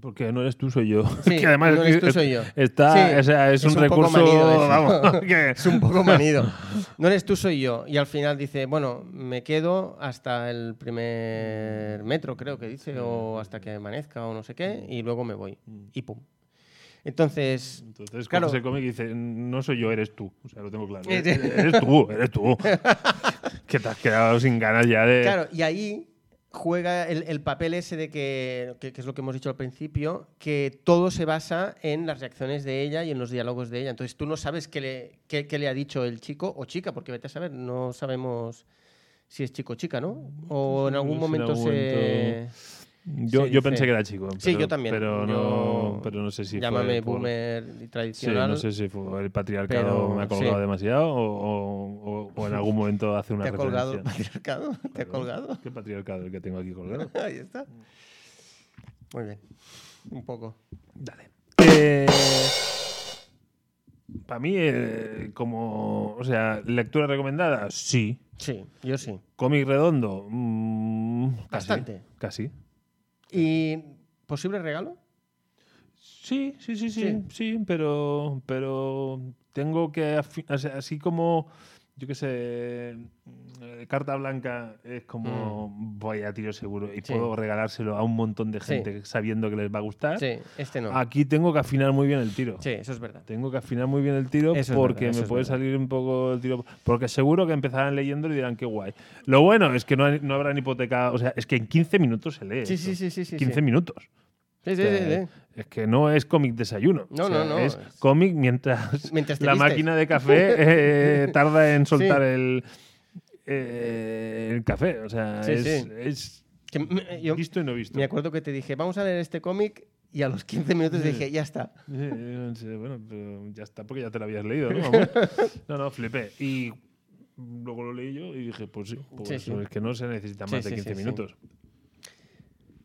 [SPEAKER 2] Porque no eres tú, soy yo.
[SPEAKER 3] Sí,
[SPEAKER 2] que además
[SPEAKER 3] no
[SPEAKER 2] es
[SPEAKER 3] eres
[SPEAKER 2] que
[SPEAKER 3] tú, soy yo.
[SPEAKER 2] Está,
[SPEAKER 3] Sí,
[SPEAKER 2] o sea, es,
[SPEAKER 3] es
[SPEAKER 2] un,
[SPEAKER 3] un poco
[SPEAKER 2] recurso.
[SPEAKER 3] manido eso.
[SPEAKER 2] vamos, que-
[SPEAKER 3] Es un poco manido. No eres tú, soy yo. Y al final dice, bueno, me quedo hasta el primer metro, creo que dice,
[SPEAKER 2] Mm.
[SPEAKER 3] o hasta que amanezca o no sé qué, y luego me voy. Y pum. Entonces,
[SPEAKER 2] Entonces,
[SPEAKER 3] Claro.
[SPEAKER 2] cuando se come y dice, no soy yo, eres tú. O sea, lo tengo claro.
[SPEAKER 3] Sí, sí.
[SPEAKER 2] eres tú, eres tú. que te has quedado sin ganas ya de.
[SPEAKER 3] claro, y ahí juega el, el papel ese de que, que, que es lo que hemos dicho al principio, que todo se basa en las reacciones de ella y en los diálogos de ella. Entonces tú no sabes qué le, qué- qué le ha dicho el chico o chica, porque vete a saber, no sabemos si es chico o chica, ¿no? O en algún
[SPEAKER 2] pues en
[SPEAKER 3] momento
[SPEAKER 2] algún
[SPEAKER 3] se...
[SPEAKER 2] Yo,
[SPEAKER 3] se
[SPEAKER 2] yo
[SPEAKER 3] dice-
[SPEAKER 2] pensé que era chico.
[SPEAKER 3] Sí,
[SPEAKER 2] pero-
[SPEAKER 3] yo también.
[SPEAKER 2] Pero,
[SPEAKER 3] Yo-
[SPEAKER 2] no, pero no sé si. fue
[SPEAKER 3] Llámame
[SPEAKER 2] por-
[SPEAKER 3] boomer y
[SPEAKER 2] Sí,
[SPEAKER 3] tradicional.
[SPEAKER 2] no sé si fue el patriarcado
[SPEAKER 3] pero
[SPEAKER 2] me ha colgado
[SPEAKER 3] sí.
[SPEAKER 2] demasiado o, o- o- o en algún momento hace una
[SPEAKER 3] ¿Te ha colgado el
[SPEAKER 2] referencia.
[SPEAKER 3] patriarcado? ¿Te ha colgado?
[SPEAKER 2] ¿Qué patriarcado el que tengo aquí colgado?
[SPEAKER 3] Ahí está. Muy bien. Un poco.
[SPEAKER 2] Dale. Para Eh, mí, eh, como. O sea, lectura recomendada, sí.
[SPEAKER 3] Sí, yo sí.
[SPEAKER 2] Cómic redondo, mm, casi,
[SPEAKER 3] Bastante.
[SPEAKER 2] Casi.
[SPEAKER 3] ¿Y posible regalo?
[SPEAKER 2] Sí, sí, sí, sí, sí, pero, pero tengo que, afi- o sea, así como, yo qué sé, eh, carta blanca es como voy a tiro seguro y
[SPEAKER 3] Mm. Sí.
[SPEAKER 2] puedo regalárselo a un montón de
[SPEAKER 3] Sí.
[SPEAKER 2] gente sabiendo que les va a gustar.
[SPEAKER 3] Sí, este no.
[SPEAKER 2] Aquí tengo que afinar muy bien el tiro.
[SPEAKER 3] Sí, eso es verdad.
[SPEAKER 2] Tengo que afinar muy bien el tiro
[SPEAKER 3] Eso es
[SPEAKER 2] porque
[SPEAKER 3] verdad, eso
[SPEAKER 2] me
[SPEAKER 3] es
[SPEAKER 2] puede
[SPEAKER 3] verdad.
[SPEAKER 2] salir un poco el tiro. Porque seguro que empezarán leyéndolo y dirán qué guay. Lo bueno es que no, hay- no habrán hipotecado. O sea, es que en 15 minutos se lee.
[SPEAKER 3] Sí,
[SPEAKER 2] esto.
[SPEAKER 3] sí, sí, sí, sí,
[SPEAKER 2] 15
[SPEAKER 3] sí.
[SPEAKER 2] minutos. Eh,
[SPEAKER 3] Sí, sí,
[SPEAKER 2] O
[SPEAKER 3] sí,
[SPEAKER 2] sea,
[SPEAKER 3] sí.
[SPEAKER 2] Es que no es cómic desayuno.
[SPEAKER 3] No, no, no,
[SPEAKER 2] Es
[SPEAKER 3] es-
[SPEAKER 2] cómic mientras,
[SPEAKER 3] Mientras te
[SPEAKER 2] la
[SPEAKER 3] vistes.
[SPEAKER 2] máquina de café eh, tarda en soltar el, eh, el café. O sea,
[SPEAKER 3] Sí,
[SPEAKER 2] es,
[SPEAKER 3] sí.
[SPEAKER 2] es
[SPEAKER 3] Que me- yo
[SPEAKER 2] visto y no visto.
[SPEAKER 3] me acuerdo que te dije, vamos a leer este cómic y a los 15 minutos dije, ya está.
[SPEAKER 2] Eh, no sé, bueno, pero ya está, porque ya te lo habías leído, ¿no? Amor? No, no, flipé. Y luego lo leí yo y dije, pues sí, pues
[SPEAKER 3] Sí, sí.
[SPEAKER 2] es que no se necesita
[SPEAKER 3] Sí,
[SPEAKER 2] más
[SPEAKER 3] sí,
[SPEAKER 2] de
[SPEAKER 3] sí,
[SPEAKER 2] 15
[SPEAKER 3] sí.
[SPEAKER 2] minutos.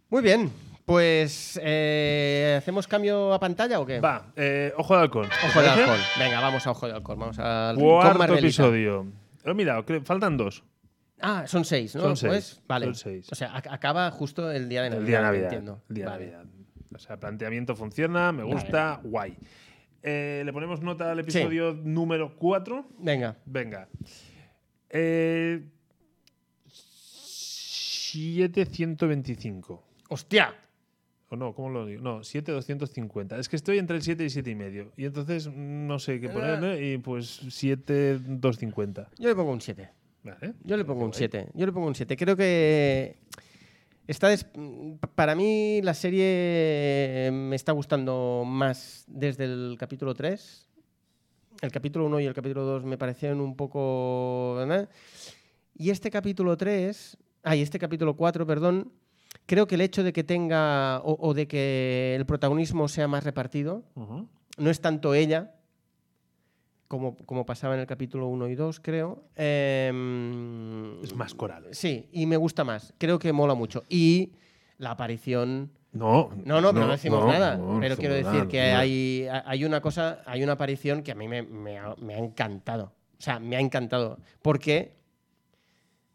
[SPEAKER 3] Muy bien, Pues, eh, ¿hacemos cambio a pantalla o qué?
[SPEAKER 2] Va, eh, ojo de halcón. ¿Te
[SPEAKER 3] Ojo de
[SPEAKER 2] parece?
[SPEAKER 3] alcohol. Venga, vamos a ojo de alcohol. Vamos al rincón
[SPEAKER 2] Cuarto
[SPEAKER 3] Marvelita.
[SPEAKER 2] episodio. He mirado, creo- faltan dos.
[SPEAKER 3] Ah, son seis, ¿no?
[SPEAKER 2] Son seis,
[SPEAKER 3] Pues, vale.
[SPEAKER 2] son seis.
[SPEAKER 3] O sea, ac- acaba justo el día de Navidad.
[SPEAKER 2] El día de Navidad.
[SPEAKER 3] Entiendo.
[SPEAKER 2] el día de
[SPEAKER 3] Vale.
[SPEAKER 2] Navidad. O sea, planteamiento funciona, me gusta, guay. Eh, Le ponemos nota al episodio número 4.
[SPEAKER 3] Venga.
[SPEAKER 2] Venga. Eh, 725.
[SPEAKER 3] ¡Hostia!
[SPEAKER 2] O no, ¿cómo lo digo? No, 7250. Es que estoy entre el 7 y 7 y medio. Y entonces mm, no
[SPEAKER 3] Eh,
[SPEAKER 2] sé qué ponerle. Y pues 7250.
[SPEAKER 3] Yo le pongo un 7.
[SPEAKER 2] Vale.
[SPEAKER 3] Yo le pongo un 7. Yo le pongo un 7. Creo que. Está des- mm, pa- Para mí, la serie me está gustando más desde el capítulo 3. El capítulo 1 y el capítulo 2 me parecieron un poco. ¿verdad? Y este capítulo 3. Ay, este capítulo 4, perdón. Creo que el hecho de que tenga. o- o de que el protagonismo sea más repartido
[SPEAKER 2] Ujú.
[SPEAKER 3] no es tanto ella como, como pasaba en el capítulo 1 y 2, creo. Em,
[SPEAKER 2] Es más coral. ¿eh?
[SPEAKER 3] Sí, y me gusta más. Creo que mola mucho. Y la aparición.
[SPEAKER 2] No.
[SPEAKER 3] No, no, pero no, decimos
[SPEAKER 2] no,
[SPEAKER 3] nada.
[SPEAKER 2] no, no
[SPEAKER 3] pero quiero
[SPEAKER 2] decimos nada,
[SPEAKER 3] decir que
[SPEAKER 2] no.
[SPEAKER 3] hay, hay una cosa, hay una aparición que a mí me, me ha, me ha encantado. O sea, me ha encantado. Porque.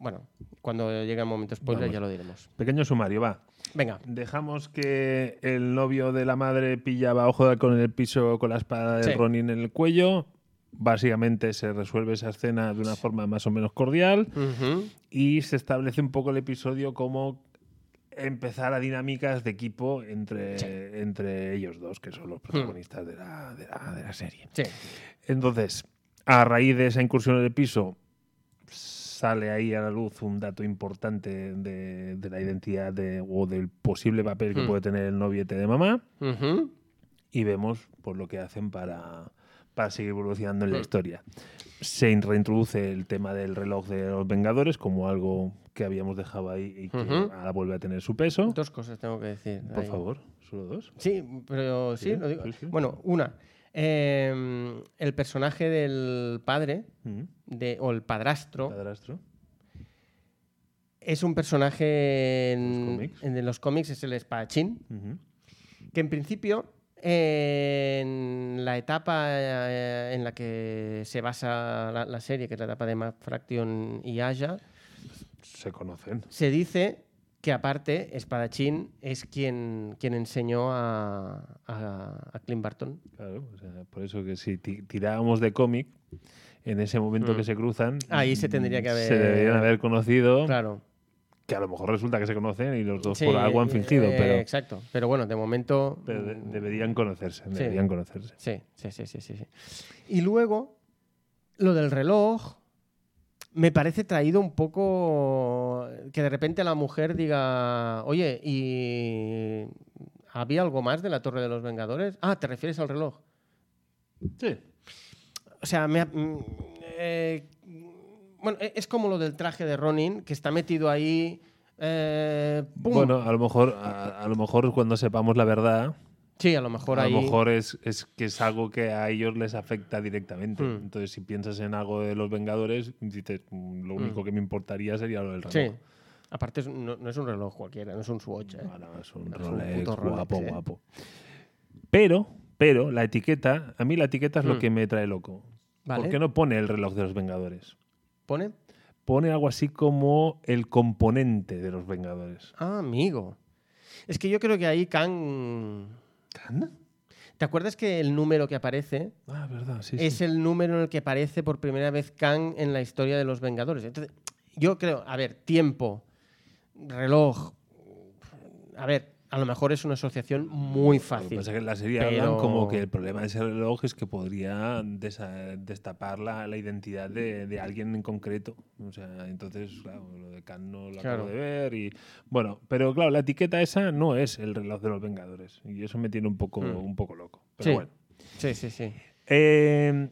[SPEAKER 3] Bueno, cuando llegue el momento spoiler
[SPEAKER 2] Vamos.
[SPEAKER 3] ya lo diremos.
[SPEAKER 2] Pequeño sumario, va.
[SPEAKER 3] Venga.
[SPEAKER 2] Dejamos que el novio de la madre pillaba ojo de halcón en el piso con la espada de
[SPEAKER 3] Sí.
[SPEAKER 2] Ronin en el cuello. Básicamente se resuelve esa escena de una forma más o menos cordial
[SPEAKER 3] Ujú.
[SPEAKER 2] y se establece un poco el episodio como empezar a dinámicas de equipo entre, entre ellos dos, que son los protagonistas de, la, de la- de la serie.
[SPEAKER 3] Sí.
[SPEAKER 2] Entonces, a raíz de esa incursión en el piso, sale ahí a la luz un dato importante de, de la identidad de- o del posible papel que
[SPEAKER 3] Mm.
[SPEAKER 2] puede tener el noviete de mamá
[SPEAKER 3] Ujú.
[SPEAKER 2] y vemos por lo que hacen para, para seguir evolucionando en la
[SPEAKER 3] Mm.
[SPEAKER 2] historia. Se in- reintroduce el tema del reloj de los Vengadores como algo que habíamos dejado ahí y que
[SPEAKER 3] Ujú.
[SPEAKER 2] ahora vuelve a tener su peso.
[SPEAKER 3] Dos cosas tengo que decir.
[SPEAKER 2] Por
[SPEAKER 3] ahí.
[SPEAKER 2] favor, solo dos.
[SPEAKER 3] Sí, pero sí,
[SPEAKER 2] Sí,
[SPEAKER 3] lo digo.
[SPEAKER 2] sí, sí.
[SPEAKER 3] Bueno, una. eh, el personaje del padre
[SPEAKER 2] Mm.
[SPEAKER 3] de, o el padrastro
[SPEAKER 2] Padrastro.
[SPEAKER 3] es un personaje en,
[SPEAKER 2] cómics.
[SPEAKER 3] en de los cómics, es el espadachín,
[SPEAKER 2] Ujú.
[SPEAKER 3] que en principio eh, en la etapa eh, en la que se basa la, la serie, que es la etapa de Matt Fraction y Aya,
[SPEAKER 2] Se conocen.
[SPEAKER 3] se dice que aparte Espadachín es quien, quien enseñó a, a, a Clint Barton.
[SPEAKER 2] Claro, o sea, por eso que si ti- tirábamos de cómic, en ese momento
[SPEAKER 3] Mm.
[SPEAKER 2] que se cruzan.
[SPEAKER 3] Ahí se tendría que
[SPEAKER 2] Se
[SPEAKER 3] haber-
[SPEAKER 2] deberían haber conocido.
[SPEAKER 3] Claro.
[SPEAKER 2] Que a lo mejor resulta que se conocen y los dos
[SPEAKER 3] Sí,
[SPEAKER 2] por algo han
[SPEAKER 3] eh,
[SPEAKER 2] fingido, pero,
[SPEAKER 3] Exacto, pero bueno, de momento...
[SPEAKER 2] pero de-
[SPEAKER 3] mm,
[SPEAKER 2] deberían conocerse. Deberían conocerse.
[SPEAKER 3] Sí, sí, sí, sí, sí, sí. Y luego, lo del reloj me parece traído un poco que de repente la mujer diga, oye, ¿y había algo más de la Torre de los Vengadores? Ah, ¿te refieres al reloj?
[SPEAKER 2] Sí.
[SPEAKER 3] O sea, me ha- mm, eh, bueno, e- es como lo del traje de Ronin, que está metido ahí... eh, ¡pum!
[SPEAKER 2] Bueno, a lo mejor, a, a lo mejor cuando sepamos la verdad,
[SPEAKER 3] sí, a lo mejor
[SPEAKER 2] a
[SPEAKER 3] ahí...
[SPEAKER 2] lo mejor es, es que es algo que a ellos les afecta directamente.
[SPEAKER 3] Hmm.
[SPEAKER 2] Entonces, si piensas en algo de los Vengadores, dices, "Mm, lo único que me importaría sería lo del
[SPEAKER 3] Hmm. Sí.
[SPEAKER 2] reloj.
[SPEAKER 3] Aparte, es un- no, no es un reloj cualquiera, no es un Swatch. ¿eh?
[SPEAKER 2] Ahora es un
[SPEAKER 3] Es un
[SPEAKER 2] Rolex,
[SPEAKER 3] puto Rolex,
[SPEAKER 2] guapo,
[SPEAKER 3] ¿eh?
[SPEAKER 2] guapo. Pero, pero la etiqueta, a mí la etiqueta es lo
[SPEAKER 3] Hmm.
[SPEAKER 2] que me trae loco.
[SPEAKER 3] Vale.
[SPEAKER 2] ¿Por qué no pone el reloj de los Vengadores?
[SPEAKER 3] ¿Pone?
[SPEAKER 2] Pone algo así como el componente de los Vengadores.
[SPEAKER 3] Ah, amigo. Es que yo creo que ahí Kang. ¿Te acuerdas que el número que aparece
[SPEAKER 2] Ah, verdad, sí,
[SPEAKER 3] es
[SPEAKER 2] sí.
[SPEAKER 3] el número en el que aparece por primera vez Kang en la historia de los Vengadores? Entonces, yo creo, a ver, tiempo, reloj. A ver, a lo mejor es una asociación muy
[SPEAKER 2] Lo que
[SPEAKER 3] fácil.
[SPEAKER 2] pasa es que en la serie
[SPEAKER 3] Pero-
[SPEAKER 2] hablan como que el problema de ese reloj es que podría desa- destapar la, la identidad de, de alguien en concreto. O sea, entonces, claro, lo de Khan no lo
[SPEAKER 3] Claro.
[SPEAKER 2] acabo de ver y... Bueno, pero claro, la etiqueta esa no es el reloj de los Vengadores. Y eso me tiene un poco,
[SPEAKER 3] Mm.
[SPEAKER 2] un poco loco. Pero
[SPEAKER 3] Sí.
[SPEAKER 2] bueno.
[SPEAKER 3] sí, sí, sí.
[SPEAKER 2] Eh,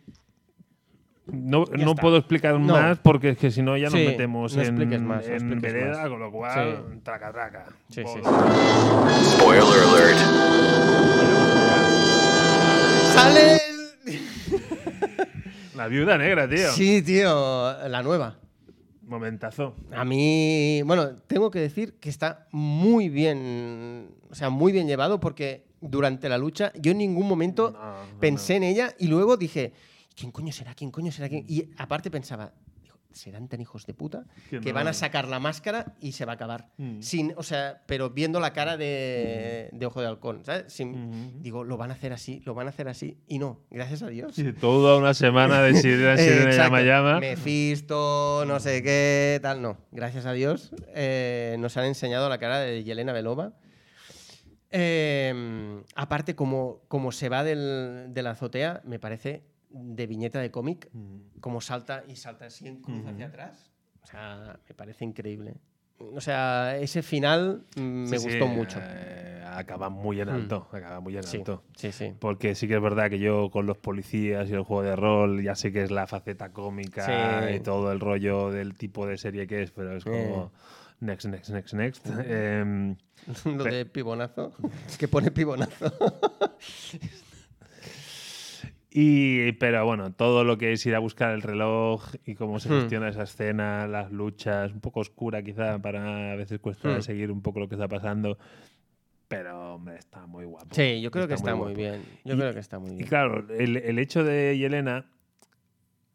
[SPEAKER 2] no
[SPEAKER 3] Ya
[SPEAKER 2] no
[SPEAKER 3] está.
[SPEAKER 2] puedo explicar
[SPEAKER 3] No.
[SPEAKER 2] más porque es que si no ya nos
[SPEAKER 3] Sí,
[SPEAKER 2] metemos
[SPEAKER 3] no expliques
[SPEAKER 2] en,
[SPEAKER 3] más, no
[SPEAKER 2] en
[SPEAKER 3] expliques
[SPEAKER 2] vereda,
[SPEAKER 3] más.
[SPEAKER 2] con lo cual, traca, traca.
[SPEAKER 3] Sí, sí,
[SPEAKER 2] Por-
[SPEAKER 3] sí.
[SPEAKER 4] Spoiler alert.
[SPEAKER 3] ¡Sale!
[SPEAKER 2] La viuda negra, tío.
[SPEAKER 3] Sí, tío, la nueva.
[SPEAKER 2] Momentazo.
[SPEAKER 3] A mí, bueno, tengo que decir que está muy bien, o sea, muy bien llevado porque durante la lucha yo en ningún momento
[SPEAKER 2] No, no,
[SPEAKER 3] pensé en ella y luego dije, ¿quién coño será? ¿Quién coño será? ¿Quién? Y aparte pensaba, digo, serán tan hijos de puta
[SPEAKER 2] Que
[SPEAKER 3] que,
[SPEAKER 2] no.
[SPEAKER 3] van a sacar la máscara y se va a acabar.
[SPEAKER 2] Mm.
[SPEAKER 3] Sin, o sea, pero viendo la cara de, de Ojo de Halcón, ¿sabes? Sin-
[SPEAKER 2] Ujú.
[SPEAKER 3] Digo, lo van a hacer así, lo van a hacer así y no, gracias a Dios.
[SPEAKER 2] Y toda una semana de sirena en
[SPEAKER 3] Eh,
[SPEAKER 2] sirena
[SPEAKER 3] exacto.
[SPEAKER 2] llama llama.
[SPEAKER 3] Mephisto, no sé qué, tal, no. Gracias a Dios eh, nos han enseñado la cara de Yelena Belova. Eh, aparte, como, como se va del- de la azotea, me parece de viñeta de cómic,
[SPEAKER 2] Mm.
[SPEAKER 3] como salta y salta así en cruz hacia atrás. O sea, me parece increíble. O sea, ese final mm, me
[SPEAKER 2] Sí,
[SPEAKER 3] gustó
[SPEAKER 2] sí,
[SPEAKER 3] mucho. Mm.
[SPEAKER 2] eh, acaba muy en alto. Acaba muy en
[SPEAKER 3] Sí,
[SPEAKER 2] alto.
[SPEAKER 3] sí, sí.
[SPEAKER 2] Porque sí que es verdad que yo con los policías y el juego de rol ya sé que es la faceta cómica
[SPEAKER 3] Sí. Eh.
[SPEAKER 2] y todo el rollo del tipo de serie que es, pero es como next, next, next, next. Em,
[SPEAKER 3] Lo de pibonazo, que pone pibonazo.
[SPEAKER 2] y, pero bueno, todo lo que es ir a buscar el reloj y cómo se
[SPEAKER 3] Hmm.
[SPEAKER 2] gestiona esa escena, las luchas, un poco oscura quizá, para a veces cuesta
[SPEAKER 3] Hmm.
[SPEAKER 2] seguir un poco lo que está pasando. Pero, hombre, está muy guapo.
[SPEAKER 3] Sí, yo creo que está muy,
[SPEAKER 2] guapo.
[SPEAKER 3] bien. Yo
[SPEAKER 2] Y-
[SPEAKER 3] creo que está muy
[SPEAKER 2] Y
[SPEAKER 3] bien.
[SPEAKER 2] claro, el, el hecho de Yelena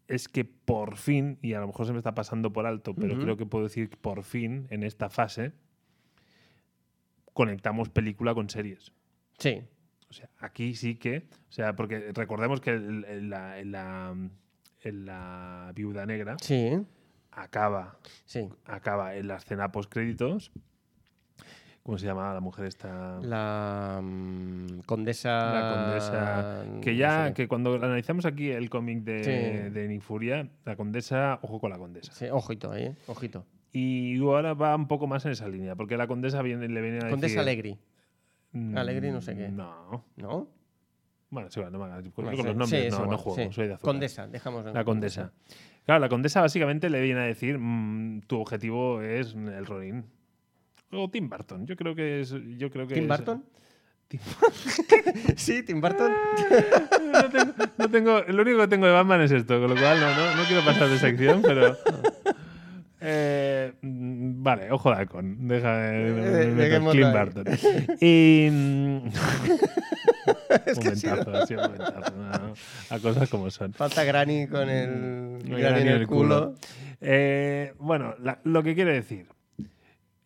[SPEAKER 2] es que por fin, y a lo mejor se me está pasando por alto, pero
[SPEAKER 3] Ujú.
[SPEAKER 2] creo que puedo decir que por fin, en esta fase, conectamos película con series.
[SPEAKER 3] Sí,
[SPEAKER 2] O sea, aquí sí que. O sea, porque recordemos que el- el- la, en la- en la Viuda Negra
[SPEAKER 3] sí,
[SPEAKER 2] acaba,
[SPEAKER 3] sí.
[SPEAKER 2] acaba en la escena post-créditos. ¿Cómo se llama la mujer esta?
[SPEAKER 3] La mm, condesa.
[SPEAKER 2] La condesa. Que ya, que cuando analizamos aquí el cómic de,
[SPEAKER 3] Sí.
[SPEAKER 2] de Nick Furia, la condesa, ojo con la condesa.
[SPEAKER 3] Sí, ojito ahí, eh, ojito.
[SPEAKER 2] Y ahora va un poco más en esa línea, porque la condesa viene, le viene a decir.
[SPEAKER 3] Condesa Alegri,
[SPEAKER 2] mm,
[SPEAKER 3] Alegre no sé qué.
[SPEAKER 2] No.
[SPEAKER 3] ¿no?
[SPEAKER 2] Bueno, sí, bueno, no me hagas- yo
[SPEAKER 3] Bueno,
[SPEAKER 2] con los
[SPEAKER 3] sí,
[SPEAKER 2] nombres
[SPEAKER 3] sí, es
[SPEAKER 2] no, no
[SPEAKER 3] igual,
[SPEAKER 2] juego,
[SPEAKER 3] sí.
[SPEAKER 2] soy de azul.
[SPEAKER 3] Condesa, dejamos
[SPEAKER 2] La condesa. Claro, la condesa básicamente le viene a decir: mm, tu objetivo es el Ronin. O Tim Burton. Yo creo que es. Yo creo que
[SPEAKER 3] ¿Tim
[SPEAKER 2] es-
[SPEAKER 3] Burton?
[SPEAKER 2] Tim-
[SPEAKER 3] sí, Tim Burton.
[SPEAKER 2] no tengo, no tengo- lo único que tengo de Batman es esto, con lo cual no, no, no quiero pasar de sección, pero. Eh, mm, vale, ojo de halcón. Deja
[SPEAKER 3] Eh,
[SPEAKER 2] de.
[SPEAKER 3] dejémoslo
[SPEAKER 2] Clint
[SPEAKER 3] ahí.
[SPEAKER 2] Barton. Y. mm, momentazo, ha sido un momentazo. no, no, a cosas como son.
[SPEAKER 3] Falta Granny con el.
[SPEAKER 2] Me
[SPEAKER 3] Granny en el culo.
[SPEAKER 2] Eh, bueno, la- lo que quiero decir.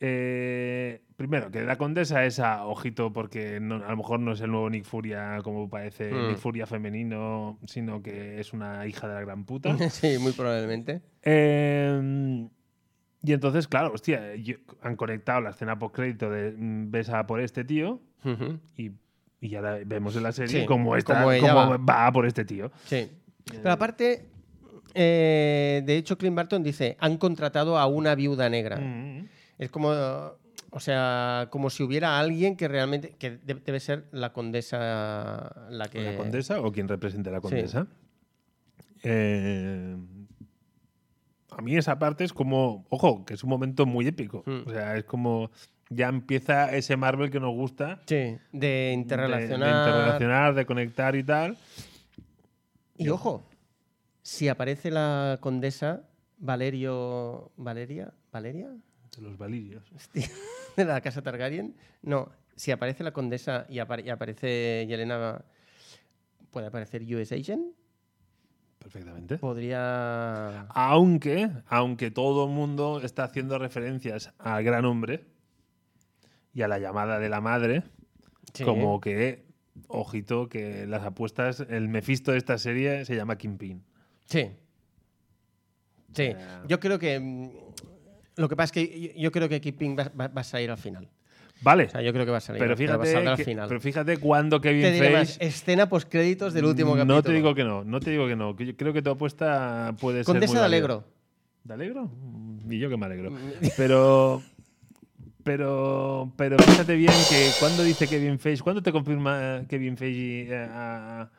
[SPEAKER 2] eh, primero, que la condesa esa, ojito, porque no- a lo mejor no es el nuevo Nick Furia como parece
[SPEAKER 3] Mm. Eh.
[SPEAKER 2] Nick Furia femenino, sino que es una hija de la gran puta.
[SPEAKER 3] sí, muy probablemente.
[SPEAKER 2] Eh, y entonces, claro, hostia, yo- han conectado la escena post-crédito de mm, ves a por este tío
[SPEAKER 3] Ujú,
[SPEAKER 2] y, y ya la vemos en la serie
[SPEAKER 3] Sí,
[SPEAKER 2] cómo, está,
[SPEAKER 3] cómo ella
[SPEAKER 2] cómo
[SPEAKER 3] va.
[SPEAKER 2] va a por este tío.
[SPEAKER 3] Sí. Pero aparte. eh, de hecho, Clint Barton dice: han contratado a una viuda negra.
[SPEAKER 2] Mm.
[SPEAKER 3] Es como, o sea, como si hubiera alguien que realmente, que de- debe ser la condesa, la que...
[SPEAKER 2] la condesa o quien represente a la
[SPEAKER 3] sí.
[SPEAKER 2] condesa. Eh, a mí esa parte es como, ojo, que es un momento muy épico.
[SPEAKER 3] Mm.
[SPEAKER 2] O sea, es como ya empieza ese Marvel que nos gusta.
[SPEAKER 3] Sí, de
[SPEAKER 2] de-
[SPEAKER 3] interrelacionar.
[SPEAKER 2] De, interrelacionar, de conectar y tal.
[SPEAKER 3] Y ojo, si aparece la condesa Valerio, Valeria, Valeria,
[SPEAKER 2] De los valirios.
[SPEAKER 3] de la casa Targaryen, no, si aparece la condesa y, apare- y aparece Yelena, puede aparecer US Agent,
[SPEAKER 2] Perfectamente.
[SPEAKER 3] podría...
[SPEAKER 2] Aunque, aunque todo el mundo está haciendo referencias al gran hombre y a la llamada de la madre,
[SPEAKER 3] Sí.
[SPEAKER 2] como que, ojito, que las apuestas, el Mefisto de esta serie se llama Kingpin.
[SPEAKER 3] Sí. Sí.
[SPEAKER 2] sea-
[SPEAKER 3] Yo creo que. mm, Lo que pasa es que yo, yo creo que Keeping va, va- va a salir al final.
[SPEAKER 2] Vale,
[SPEAKER 3] O sea, yo creo que va a salir.
[SPEAKER 2] pero
[SPEAKER 3] al final, va a
[SPEAKER 2] fíjate,
[SPEAKER 3] salir al
[SPEAKER 2] que-
[SPEAKER 3] final.
[SPEAKER 2] pero fíjate cuando Kevin
[SPEAKER 3] Te diré más,
[SPEAKER 2] Feige-
[SPEAKER 3] escena post créditos del último capítulo.
[SPEAKER 2] No te digo que no, no te digo que no. que yo creo que tu apuesta puede ser.
[SPEAKER 3] Condesa
[SPEAKER 2] muy
[SPEAKER 3] de
[SPEAKER 2] válida.
[SPEAKER 3] Alegro.
[SPEAKER 2] ¿De alegro? Mm, Y yo que me alegro. Pero. Pero, pero fíjate bien que cuando dice Kevin Feige, ¿cuándo te confirma Kevin Feige eh, a,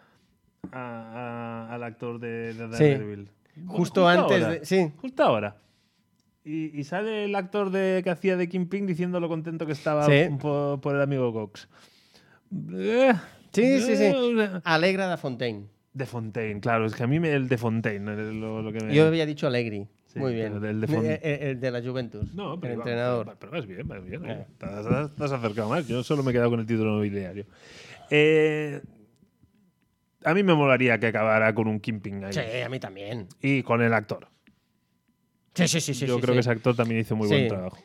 [SPEAKER 2] a- a- al actor de, de Daredevil? Bueno,
[SPEAKER 3] Justo antes
[SPEAKER 2] ahora.
[SPEAKER 3] de- sí.
[SPEAKER 2] Justo ahora. Y, y sale el actor de, que hacía de Kingpin diciendo lo contento que estaba
[SPEAKER 3] Sí.
[SPEAKER 2] por, por el amigo Cox. Eh,
[SPEAKER 3] Sí, sí, sí.
[SPEAKER 2] o sea,
[SPEAKER 3] Alegra da Fontaine.
[SPEAKER 2] De Fontaine, claro, es que a mí me- el de Fontaine es lo, lo que me.
[SPEAKER 3] Yo había dicho Alegri.
[SPEAKER 2] Sí. Sí,
[SPEAKER 3] Muy bien.
[SPEAKER 2] pero el de fondo.
[SPEAKER 3] Eh, eh, el de la Juventus.
[SPEAKER 2] No, pero
[SPEAKER 3] el
[SPEAKER 2] vamos,
[SPEAKER 3] entrenador.
[SPEAKER 2] pero vas bien, vas bien.
[SPEAKER 3] Eh.
[SPEAKER 2] Te has, te has acercado más. Yo solo me he quedado con el título nobiliario. Eh, a mí me molaría que acabara con un Kimping ahí.
[SPEAKER 3] Sí, a mí también.
[SPEAKER 2] Y con el actor.
[SPEAKER 3] Sí, sí, sí. sí
[SPEAKER 2] Yo
[SPEAKER 3] sí,
[SPEAKER 2] creo
[SPEAKER 3] sí.
[SPEAKER 2] que ese actor también hizo muy
[SPEAKER 3] Sí.
[SPEAKER 2] buen trabajo.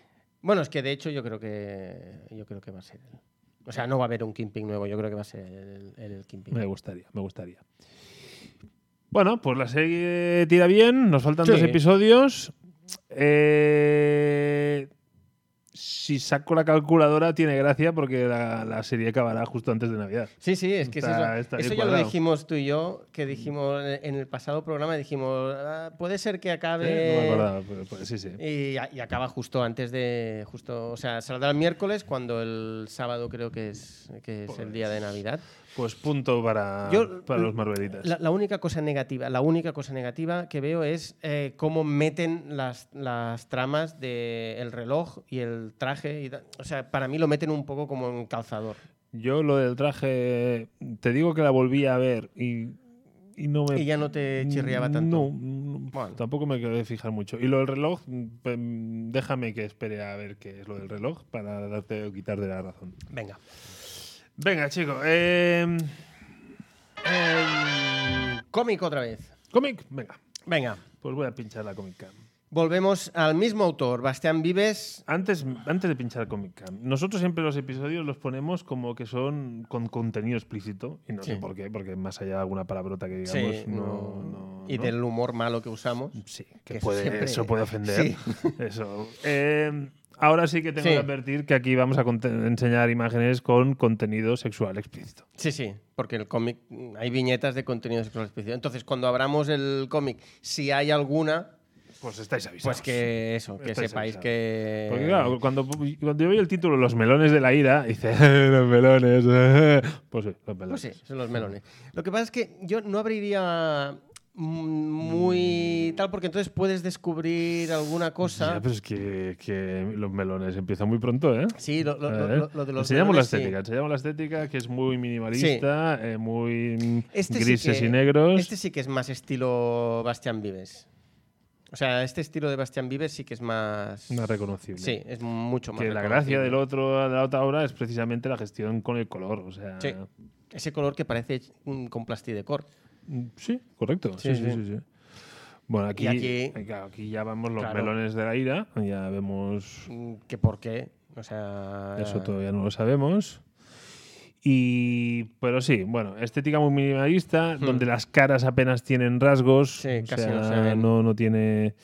[SPEAKER 3] Bueno, es que de hecho yo creo que yo creo que va a ser él. O sea, no va a haber un Kimping nuevo, yo creo que va a ser el, el Kimping.
[SPEAKER 2] Me gustaría, me gustaría. Bueno, pues la serie tira bien, nos faltan dos
[SPEAKER 3] Sí.
[SPEAKER 2] episodios. Eh, si saco la calculadora tiene gracia porque la, la serie acabará justo antes de Navidad.
[SPEAKER 3] Sí, sí, es que es
[SPEAKER 2] Está-
[SPEAKER 3] eso.
[SPEAKER 2] está
[SPEAKER 3] Eso
[SPEAKER 2] bien
[SPEAKER 3] ya lo
[SPEAKER 2] cuadrado.
[SPEAKER 3] dijimos tú y yo, que dijimos en el pasado programa, dijimos, "Ah, puede ser que
[SPEAKER 2] ¿Eh?
[SPEAKER 3] acabe...
[SPEAKER 2] No me acordaba, pero, pues, sí, sí.
[SPEAKER 3] Y, a- y acaba justo antes de. justo O sea, saldrá el miércoles cuando el sábado creo que es, que es el día de Navidad.
[SPEAKER 2] Pues punto para,
[SPEAKER 3] Yo- mm,
[SPEAKER 2] para los Marvelitas.
[SPEAKER 3] La, la única cosa negativa, la única cosa negativa que veo es eh, cómo meten las, las tramas del reloj y el traje. y da- o sea, para mí lo meten un poco como en calzador.
[SPEAKER 2] Yo lo del traje, te digo que la volví a ver y, y no me...
[SPEAKER 3] Y ya no te chirriaba tanto.
[SPEAKER 2] No, no,
[SPEAKER 3] Bueno.
[SPEAKER 2] tampoco me quedé fijar mucho. Y lo del reloj, pe- déjame que espere a ver qué es lo del reloj para darte o quitar de la razón.
[SPEAKER 3] Venga.
[SPEAKER 2] Venga, chicos. eh,
[SPEAKER 3] Em, cómic otra vez.
[SPEAKER 2] cómic, venga.
[SPEAKER 3] Venga.
[SPEAKER 2] Pues voy a pinchar la Comic Cam.
[SPEAKER 3] Volvemos al mismo autor, Bastián Vives.
[SPEAKER 2] Antes, antes de pinchar Comic Cam, nosotros siempre los episodios los ponemos como que son con contenido explícito. Y no sé
[SPEAKER 3] Sí.
[SPEAKER 2] por qué, porque más allá de alguna palabrota que digamos,
[SPEAKER 3] Sí,
[SPEAKER 2] no, no-
[SPEAKER 3] y
[SPEAKER 2] no.
[SPEAKER 3] del humor malo que usamos.
[SPEAKER 2] Sí,
[SPEAKER 3] que
[SPEAKER 2] que
[SPEAKER 3] eso
[SPEAKER 2] puede-
[SPEAKER 3] siempre-
[SPEAKER 2] eso puede ofender.
[SPEAKER 3] Sí.
[SPEAKER 2] Eso. Eh, ahora sí que tengo
[SPEAKER 3] Sí.
[SPEAKER 2] que advertir que aquí vamos a conte- enseñar imágenes con contenido sexual explícito.
[SPEAKER 3] Sí, sí, porque el cómic mm, hay viñetas de contenido sexual explícito. Entonces, cuando abramos el cómic, si hay alguna,
[SPEAKER 2] Pues estáis avisados.
[SPEAKER 3] pues que eso, que
[SPEAKER 2] Estáis
[SPEAKER 3] sepáis
[SPEAKER 2] avisados.
[SPEAKER 3] que
[SPEAKER 2] Porque claro, cuando, cuando yo vi el título Los melones de la ira, dice Los melones. pues sí, los melones.
[SPEAKER 3] pues sí, son los melones. Lo que pasa es que yo no abriría mm, muy tal porque entonces puedes descubrir alguna cosa.
[SPEAKER 2] Mm. Ya, pero es que, que los melones empiezan muy pronto, ¿eh?
[SPEAKER 3] Sí, lo, lo-
[SPEAKER 2] A
[SPEAKER 3] lo-
[SPEAKER 2] ver.
[SPEAKER 3] lo- lo de los
[SPEAKER 2] enseñamos la
[SPEAKER 3] melones, sí.
[SPEAKER 2] estética, enseñamos la estética que es muy minimalista, eh, muy mm,
[SPEAKER 3] Este sí
[SPEAKER 2] grises
[SPEAKER 3] que-
[SPEAKER 2] y negros.
[SPEAKER 3] Este sí que es más estilo Bastián Vives. O sea, este estilo de Bastián Vives sí que es más.
[SPEAKER 2] Más reconocible.
[SPEAKER 3] Sí, es mucho más.
[SPEAKER 2] que la gracia
[SPEAKER 3] reconocible.
[SPEAKER 2] del otro de la otra obra es precisamente la gestión con el color o sea
[SPEAKER 3] Sí. Ese color que parece mm, con plastidecor.
[SPEAKER 2] mm, sí, correcto
[SPEAKER 3] Sí,
[SPEAKER 2] sí sí,
[SPEAKER 3] sí.
[SPEAKER 2] sí, sí. bueno aquí
[SPEAKER 3] Y aquí-
[SPEAKER 2] eh, claro, aquí ya vamos los
[SPEAKER 3] Claro.
[SPEAKER 2] melones de la ira ya vemos
[SPEAKER 3] Mm, Que por qué. O sea.
[SPEAKER 2] eso todavía no lo sabemos y pero sí bueno estética muy minimalista donde las caras apenas tienen rasgos
[SPEAKER 3] Hmm. Sí,
[SPEAKER 2] o
[SPEAKER 3] casi no
[SPEAKER 2] sea,
[SPEAKER 3] se ven. Hmm.
[SPEAKER 2] no no tiene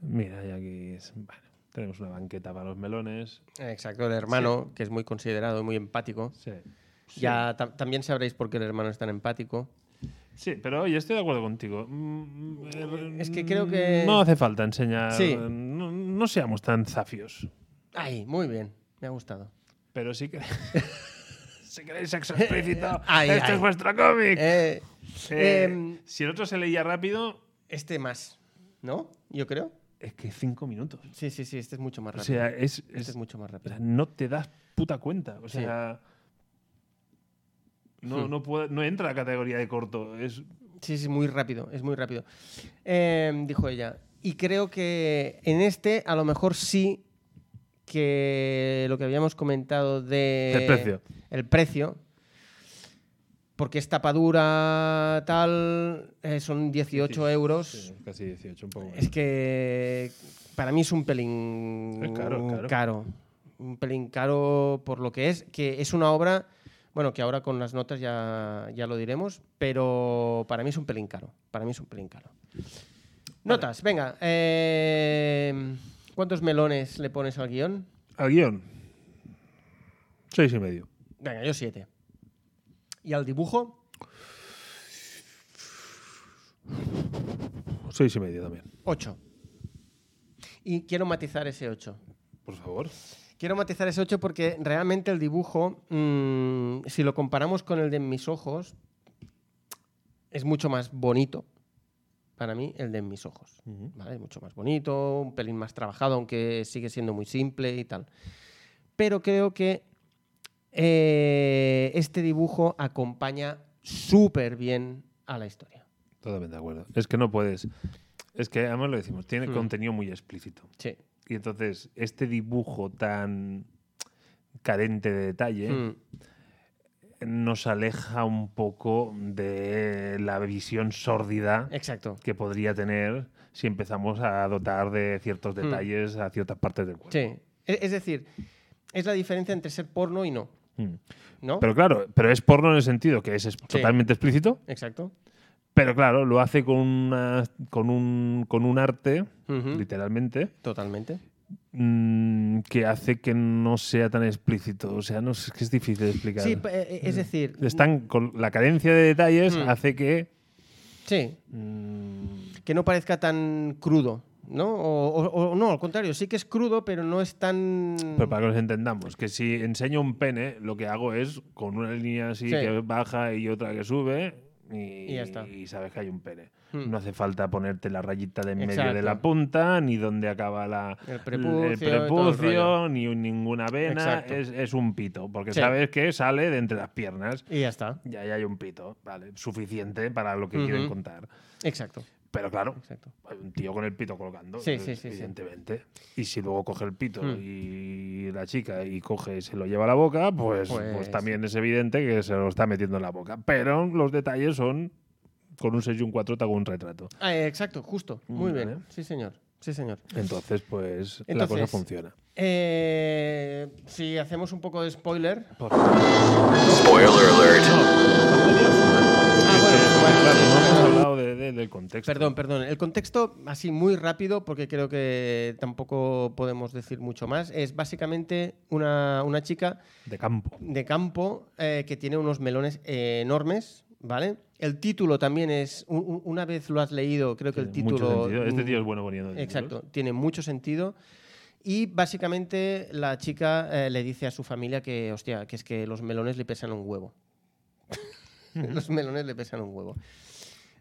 [SPEAKER 2] mira y aquí es- bueno, tenemos una banqueta para los melones
[SPEAKER 3] Exacto, el hermano, que es muy considerado y muy empático.
[SPEAKER 2] sí
[SPEAKER 3] Ya ta- también sabréis por qué el hermano es tan empático.
[SPEAKER 2] Sí, pero oye, estoy de acuerdo contigo. Mm, eh,
[SPEAKER 3] Es que creo que-
[SPEAKER 2] No hace falta enseñar.
[SPEAKER 3] Sí.
[SPEAKER 2] No, no seamos tan zafios.
[SPEAKER 3] Ay, muy bien. Me ha gustado.
[SPEAKER 2] Pero sí que. si queréis sexo explícito,
[SPEAKER 3] Ay,
[SPEAKER 2] este
[SPEAKER 3] ay.
[SPEAKER 2] es vuestro cómic.
[SPEAKER 3] Eh,
[SPEAKER 2] Eh,
[SPEAKER 3] em,
[SPEAKER 2] si el otro se leía rápido,
[SPEAKER 3] este más, ¿no? Yo creo.
[SPEAKER 2] es que cinco minutos.
[SPEAKER 3] Sí, sí, sí, este es mucho más
[SPEAKER 2] O
[SPEAKER 3] rápido.
[SPEAKER 2] sea, es.
[SPEAKER 3] este es,
[SPEAKER 2] es-
[SPEAKER 3] mucho más
[SPEAKER 2] o sea,
[SPEAKER 3] rápido.
[SPEAKER 2] no te das puta cuenta. O
[SPEAKER 3] Sí.
[SPEAKER 2] sea. No,
[SPEAKER 3] Hmm.
[SPEAKER 2] no, puede- no entra a la categoría de corto. Es,
[SPEAKER 3] Sí, sí, muy rápido, es muy rápido. Em, dijo ella. Y creo que en este a lo mejor sí que lo que habíamos comentado de...
[SPEAKER 2] El precio.
[SPEAKER 3] El precio. Porque es tapadura tal, eh, son 18 euros.
[SPEAKER 2] casi 18, un poco.
[SPEAKER 3] Es que para mí es un pelín
[SPEAKER 2] Es caro, es caro.
[SPEAKER 3] Un pelín caro por lo que es, que es una obra, bueno, que ahora con las notas ya, ya lo diremos, pero para mí es un pelín caro. Para mí es un pelín caro. Notas, venga. eh, ¿Cuántos melones le pones al guión?
[SPEAKER 2] Al guión. Seis y medio.
[SPEAKER 3] Venga, yo siete. ¿Y al dibujo?
[SPEAKER 2] Seis y medio también.
[SPEAKER 3] Ocho. Y quiero matizar ese ocho.
[SPEAKER 2] Por favor.
[SPEAKER 3] Quiero matizar ese 8 porque realmente el dibujo, mm, si lo comparamos con el de mis ojos, es mucho más bonito para mí el de mis ojos. ¿vale? Es mucho más bonito, un pelín más trabajado, aunque sigue siendo muy simple y tal. Pero creo que eh, este dibujo acompaña súper bien a la historia.
[SPEAKER 2] Totalmente de acuerdo. Es que no puedes. Es que además lo decimos, tiene
[SPEAKER 3] Hmm.
[SPEAKER 2] contenido muy explícito.
[SPEAKER 3] Sí.
[SPEAKER 2] Y entonces, este dibujo tan carente de detalle
[SPEAKER 3] Mm.
[SPEAKER 2] nos aleja un poco de la visión sórdida
[SPEAKER 3] Exacto.
[SPEAKER 2] que podría tener si empezamos a dotar de ciertos
[SPEAKER 3] Mm.
[SPEAKER 2] detalles a ciertas partes del cuerpo.
[SPEAKER 3] Sí. E- Es decir, es la diferencia entre ser porno y no.
[SPEAKER 2] Mm.
[SPEAKER 3] ¿No?
[SPEAKER 2] Pero claro, pero es porno en el sentido que es, es totalmente explícito,
[SPEAKER 3] Exacto.
[SPEAKER 2] pero claro, lo hace con, una- con, un, con un arte,
[SPEAKER 3] Ujú.
[SPEAKER 2] literalmente,
[SPEAKER 3] Totalmente.
[SPEAKER 2] mm, que hace que no sea tan explícito. O sea, no sé, es que es difícil de explicar.
[SPEAKER 3] Sí, pa- eh, eh, es decir.
[SPEAKER 2] Están con la carencia de detalles
[SPEAKER 3] Mm.
[SPEAKER 2] hace que
[SPEAKER 3] Sí.
[SPEAKER 2] mm,
[SPEAKER 3] que no parezca tan crudo, ¿no? O, o- o no, al contrario, sí que es crudo, pero no es tan.
[SPEAKER 2] Pero para que nos
[SPEAKER 3] Mm.
[SPEAKER 2] entendamos, que si enseño un pene, lo que hago es con una línea así
[SPEAKER 3] Sí.
[SPEAKER 2] que baja y otra que sube y,
[SPEAKER 3] Y ya está.
[SPEAKER 2] y sabes que hay un pene.
[SPEAKER 3] Hmm.
[SPEAKER 2] No hace falta ponerte la rayita de en medio de
[SPEAKER 3] Exacto.
[SPEAKER 2] la punta, ni donde acaba la,
[SPEAKER 3] El prepucio y todo el
[SPEAKER 2] prepucio,
[SPEAKER 3] rollo.
[SPEAKER 2] ni un- ninguna vena.
[SPEAKER 3] Exacto.
[SPEAKER 2] Es, es un pito, porque
[SPEAKER 3] Sí.
[SPEAKER 2] sabes que sale de entre las piernas.
[SPEAKER 3] Y ya está.
[SPEAKER 2] Y ahí hay un pito, ¿vale? Suficiente para lo que
[SPEAKER 3] Ujú.
[SPEAKER 2] quieren contar.
[SPEAKER 3] Exacto.
[SPEAKER 2] Pero claro,
[SPEAKER 3] Exacto.
[SPEAKER 2] hay un tío con el pito colgando, eh,
[SPEAKER 3] Sí, sí, sí, sí.
[SPEAKER 2] evidentemente. Y si luego coge el pito
[SPEAKER 3] Mm.
[SPEAKER 2] y la chica y coge y se lo lleva a la boca, pues, pues,
[SPEAKER 3] Pues-
[SPEAKER 2] también es evidente que se lo está metiendo en la boca. Pero los detalles son con un 6 y un 4 te hago un retrato.
[SPEAKER 3] Ah, eh, exacto, justo. Muy
[SPEAKER 2] Mm, Vale.
[SPEAKER 3] bien. Sí, señor. Sí, señor.
[SPEAKER 2] Entonces, pues la
[SPEAKER 3] Entonces-
[SPEAKER 2] cosa funciona.
[SPEAKER 3] Eh, si hacemos un poco de spoiler.
[SPEAKER 4] Spoiler alert.
[SPEAKER 3] Ah,
[SPEAKER 2] Este
[SPEAKER 3] bueno,
[SPEAKER 2] Claro, no hemos
[SPEAKER 3] perdón.
[SPEAKER 2] hablado de- de- del contexto.
[SPEAKER 3] Perdón, perdón. El contexto, así muy rápido, porque creo que tampoco podemos decir mucho más. Es básicamente una, una chica
[SPEAKER 2] De campo.
[SPEAKER 3] de campo eh, que tiene unos melones eh, enormes, ¿vale? El título también es, u- u- una vez lo has leído, creo que el
[SPEAKER 2] Tiene mucho
[SPEAKER 3] título... mm,
[SPEAKER 2] sentido. Este tío es bueno poniendo títulos.
[SPEAKER 3] Exacto, tiene mucho sentido. Y básicamente la chica eh, le dice a su familia que, hostia, que es que los melones le pesan un huevo. los melones le pesan un huevo.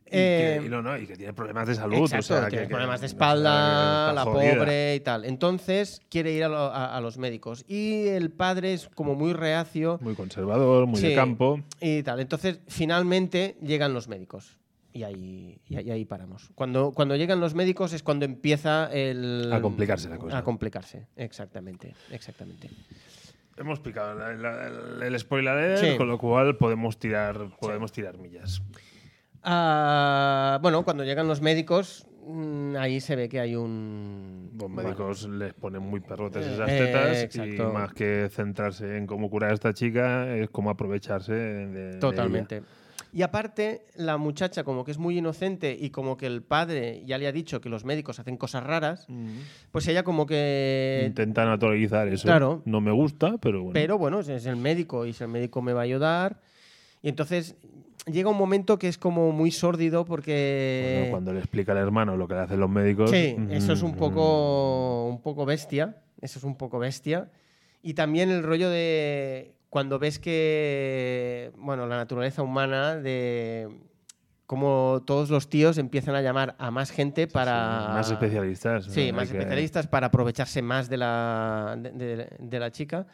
[SPEAKER 2] Y,
[SPEAKER 3] Eh,
[SPEAKER 2] que, y no, no, y que tiene problemas de salud.
[SPEAKER 3] Exacto,
[SPEAKER 2] o sea, que-
[SPEAKER 3] tiene
[SPEAKER 2] que-
[SPEAKER 3] problemas de
[SPEAKER 2] o sea,
[SPEAKER 3] espalda,
[SPEAKER 2] está
[SPEAKER 3] la
[SPEAKER 2] jodida.
[SPEAKER 3] pobre y tal. Entonces quiere ir a, lo- a- a los médicos. Y el padre es como muy reacio
[SPEAKER 2] Muy conservador, muy de
[SPEAKER 3] Sí.
[SPEAKER 2] campo.
[SPEAKER 3] y tal. Entonces finalmente llegan los médicos. Y ahí, y ahí- y ahí paramos. Cuando, cuando llegan los médicos es cuando empieza el...
[SPEAKER 2] A complicarse la cosa.
[SPEAKER 3] A complicarse, exactamente, exactamente.
[SPEAKER 2] Hemos picado la- la- el- el spoiler,
[SPEAKER 3] Sí.
[SPEAKER 2] con lo cual podemos tirar, podemos tirar millas.
[SPEAKER 3] Ah, bueno, cuando llegan los médicos, mm, ahí se ve que hay un...
[SPEAKER 2] Los
[SPEAKER 3] bueno,
[SPEAKER 2] médicos les ponen muy perrotes
[SPEAKER 3] Eh,
[SPEAKER 2] esas
[SPEAKER 3] eh,
[SPEAKER 2] tetas y
[SPEAKER 3] exacto.
[SPEAKER 2] más que centrarse en cómo curar a esta chica es cómo aprovecharse de- de ella.
[SPEAKER 3] Totalmente. Y aparte, la muchacha como que es muy inocente y como que el padre ya le ha dicho que los médicos hacen cosas raras, pues ella como que...
[SPEAKER 2] Mm. Intentan naturalizar eso.
[SPEAKER 3] claro.
[SPEAKER 2] No me gusta, pero bueno.
[SPEAKER 3] Pero bueno, es- es el médico y si el médico me va a ayudar. Y entonces llega un momento que es como muy sórdido porque...
[SPEAKER 2] Bueno, cuando le explica al hermano lo que le hacen los médicos.
[SPEAKER 3] eh, Sí, eso es un
[SPEAKER 2] mm,
[SPEAKER 3] poco, un poco bestia. Eso es un poco bestia. Y también el rollo de cuando ves que, bueno, la naturaleza humana de cómo todos los tíos empiezan a llamar a más gente para...
[SPEAKER 2] sí, más especialistas.
[SPEAKER 3] Sí,
[SPEAKER 2] ¿no?
[SPEAKER 3] más
[SPEAKER 2] Hay que-
[SPEAKER 3] especialistas para aprovecharse más de la, de- de- de la chica.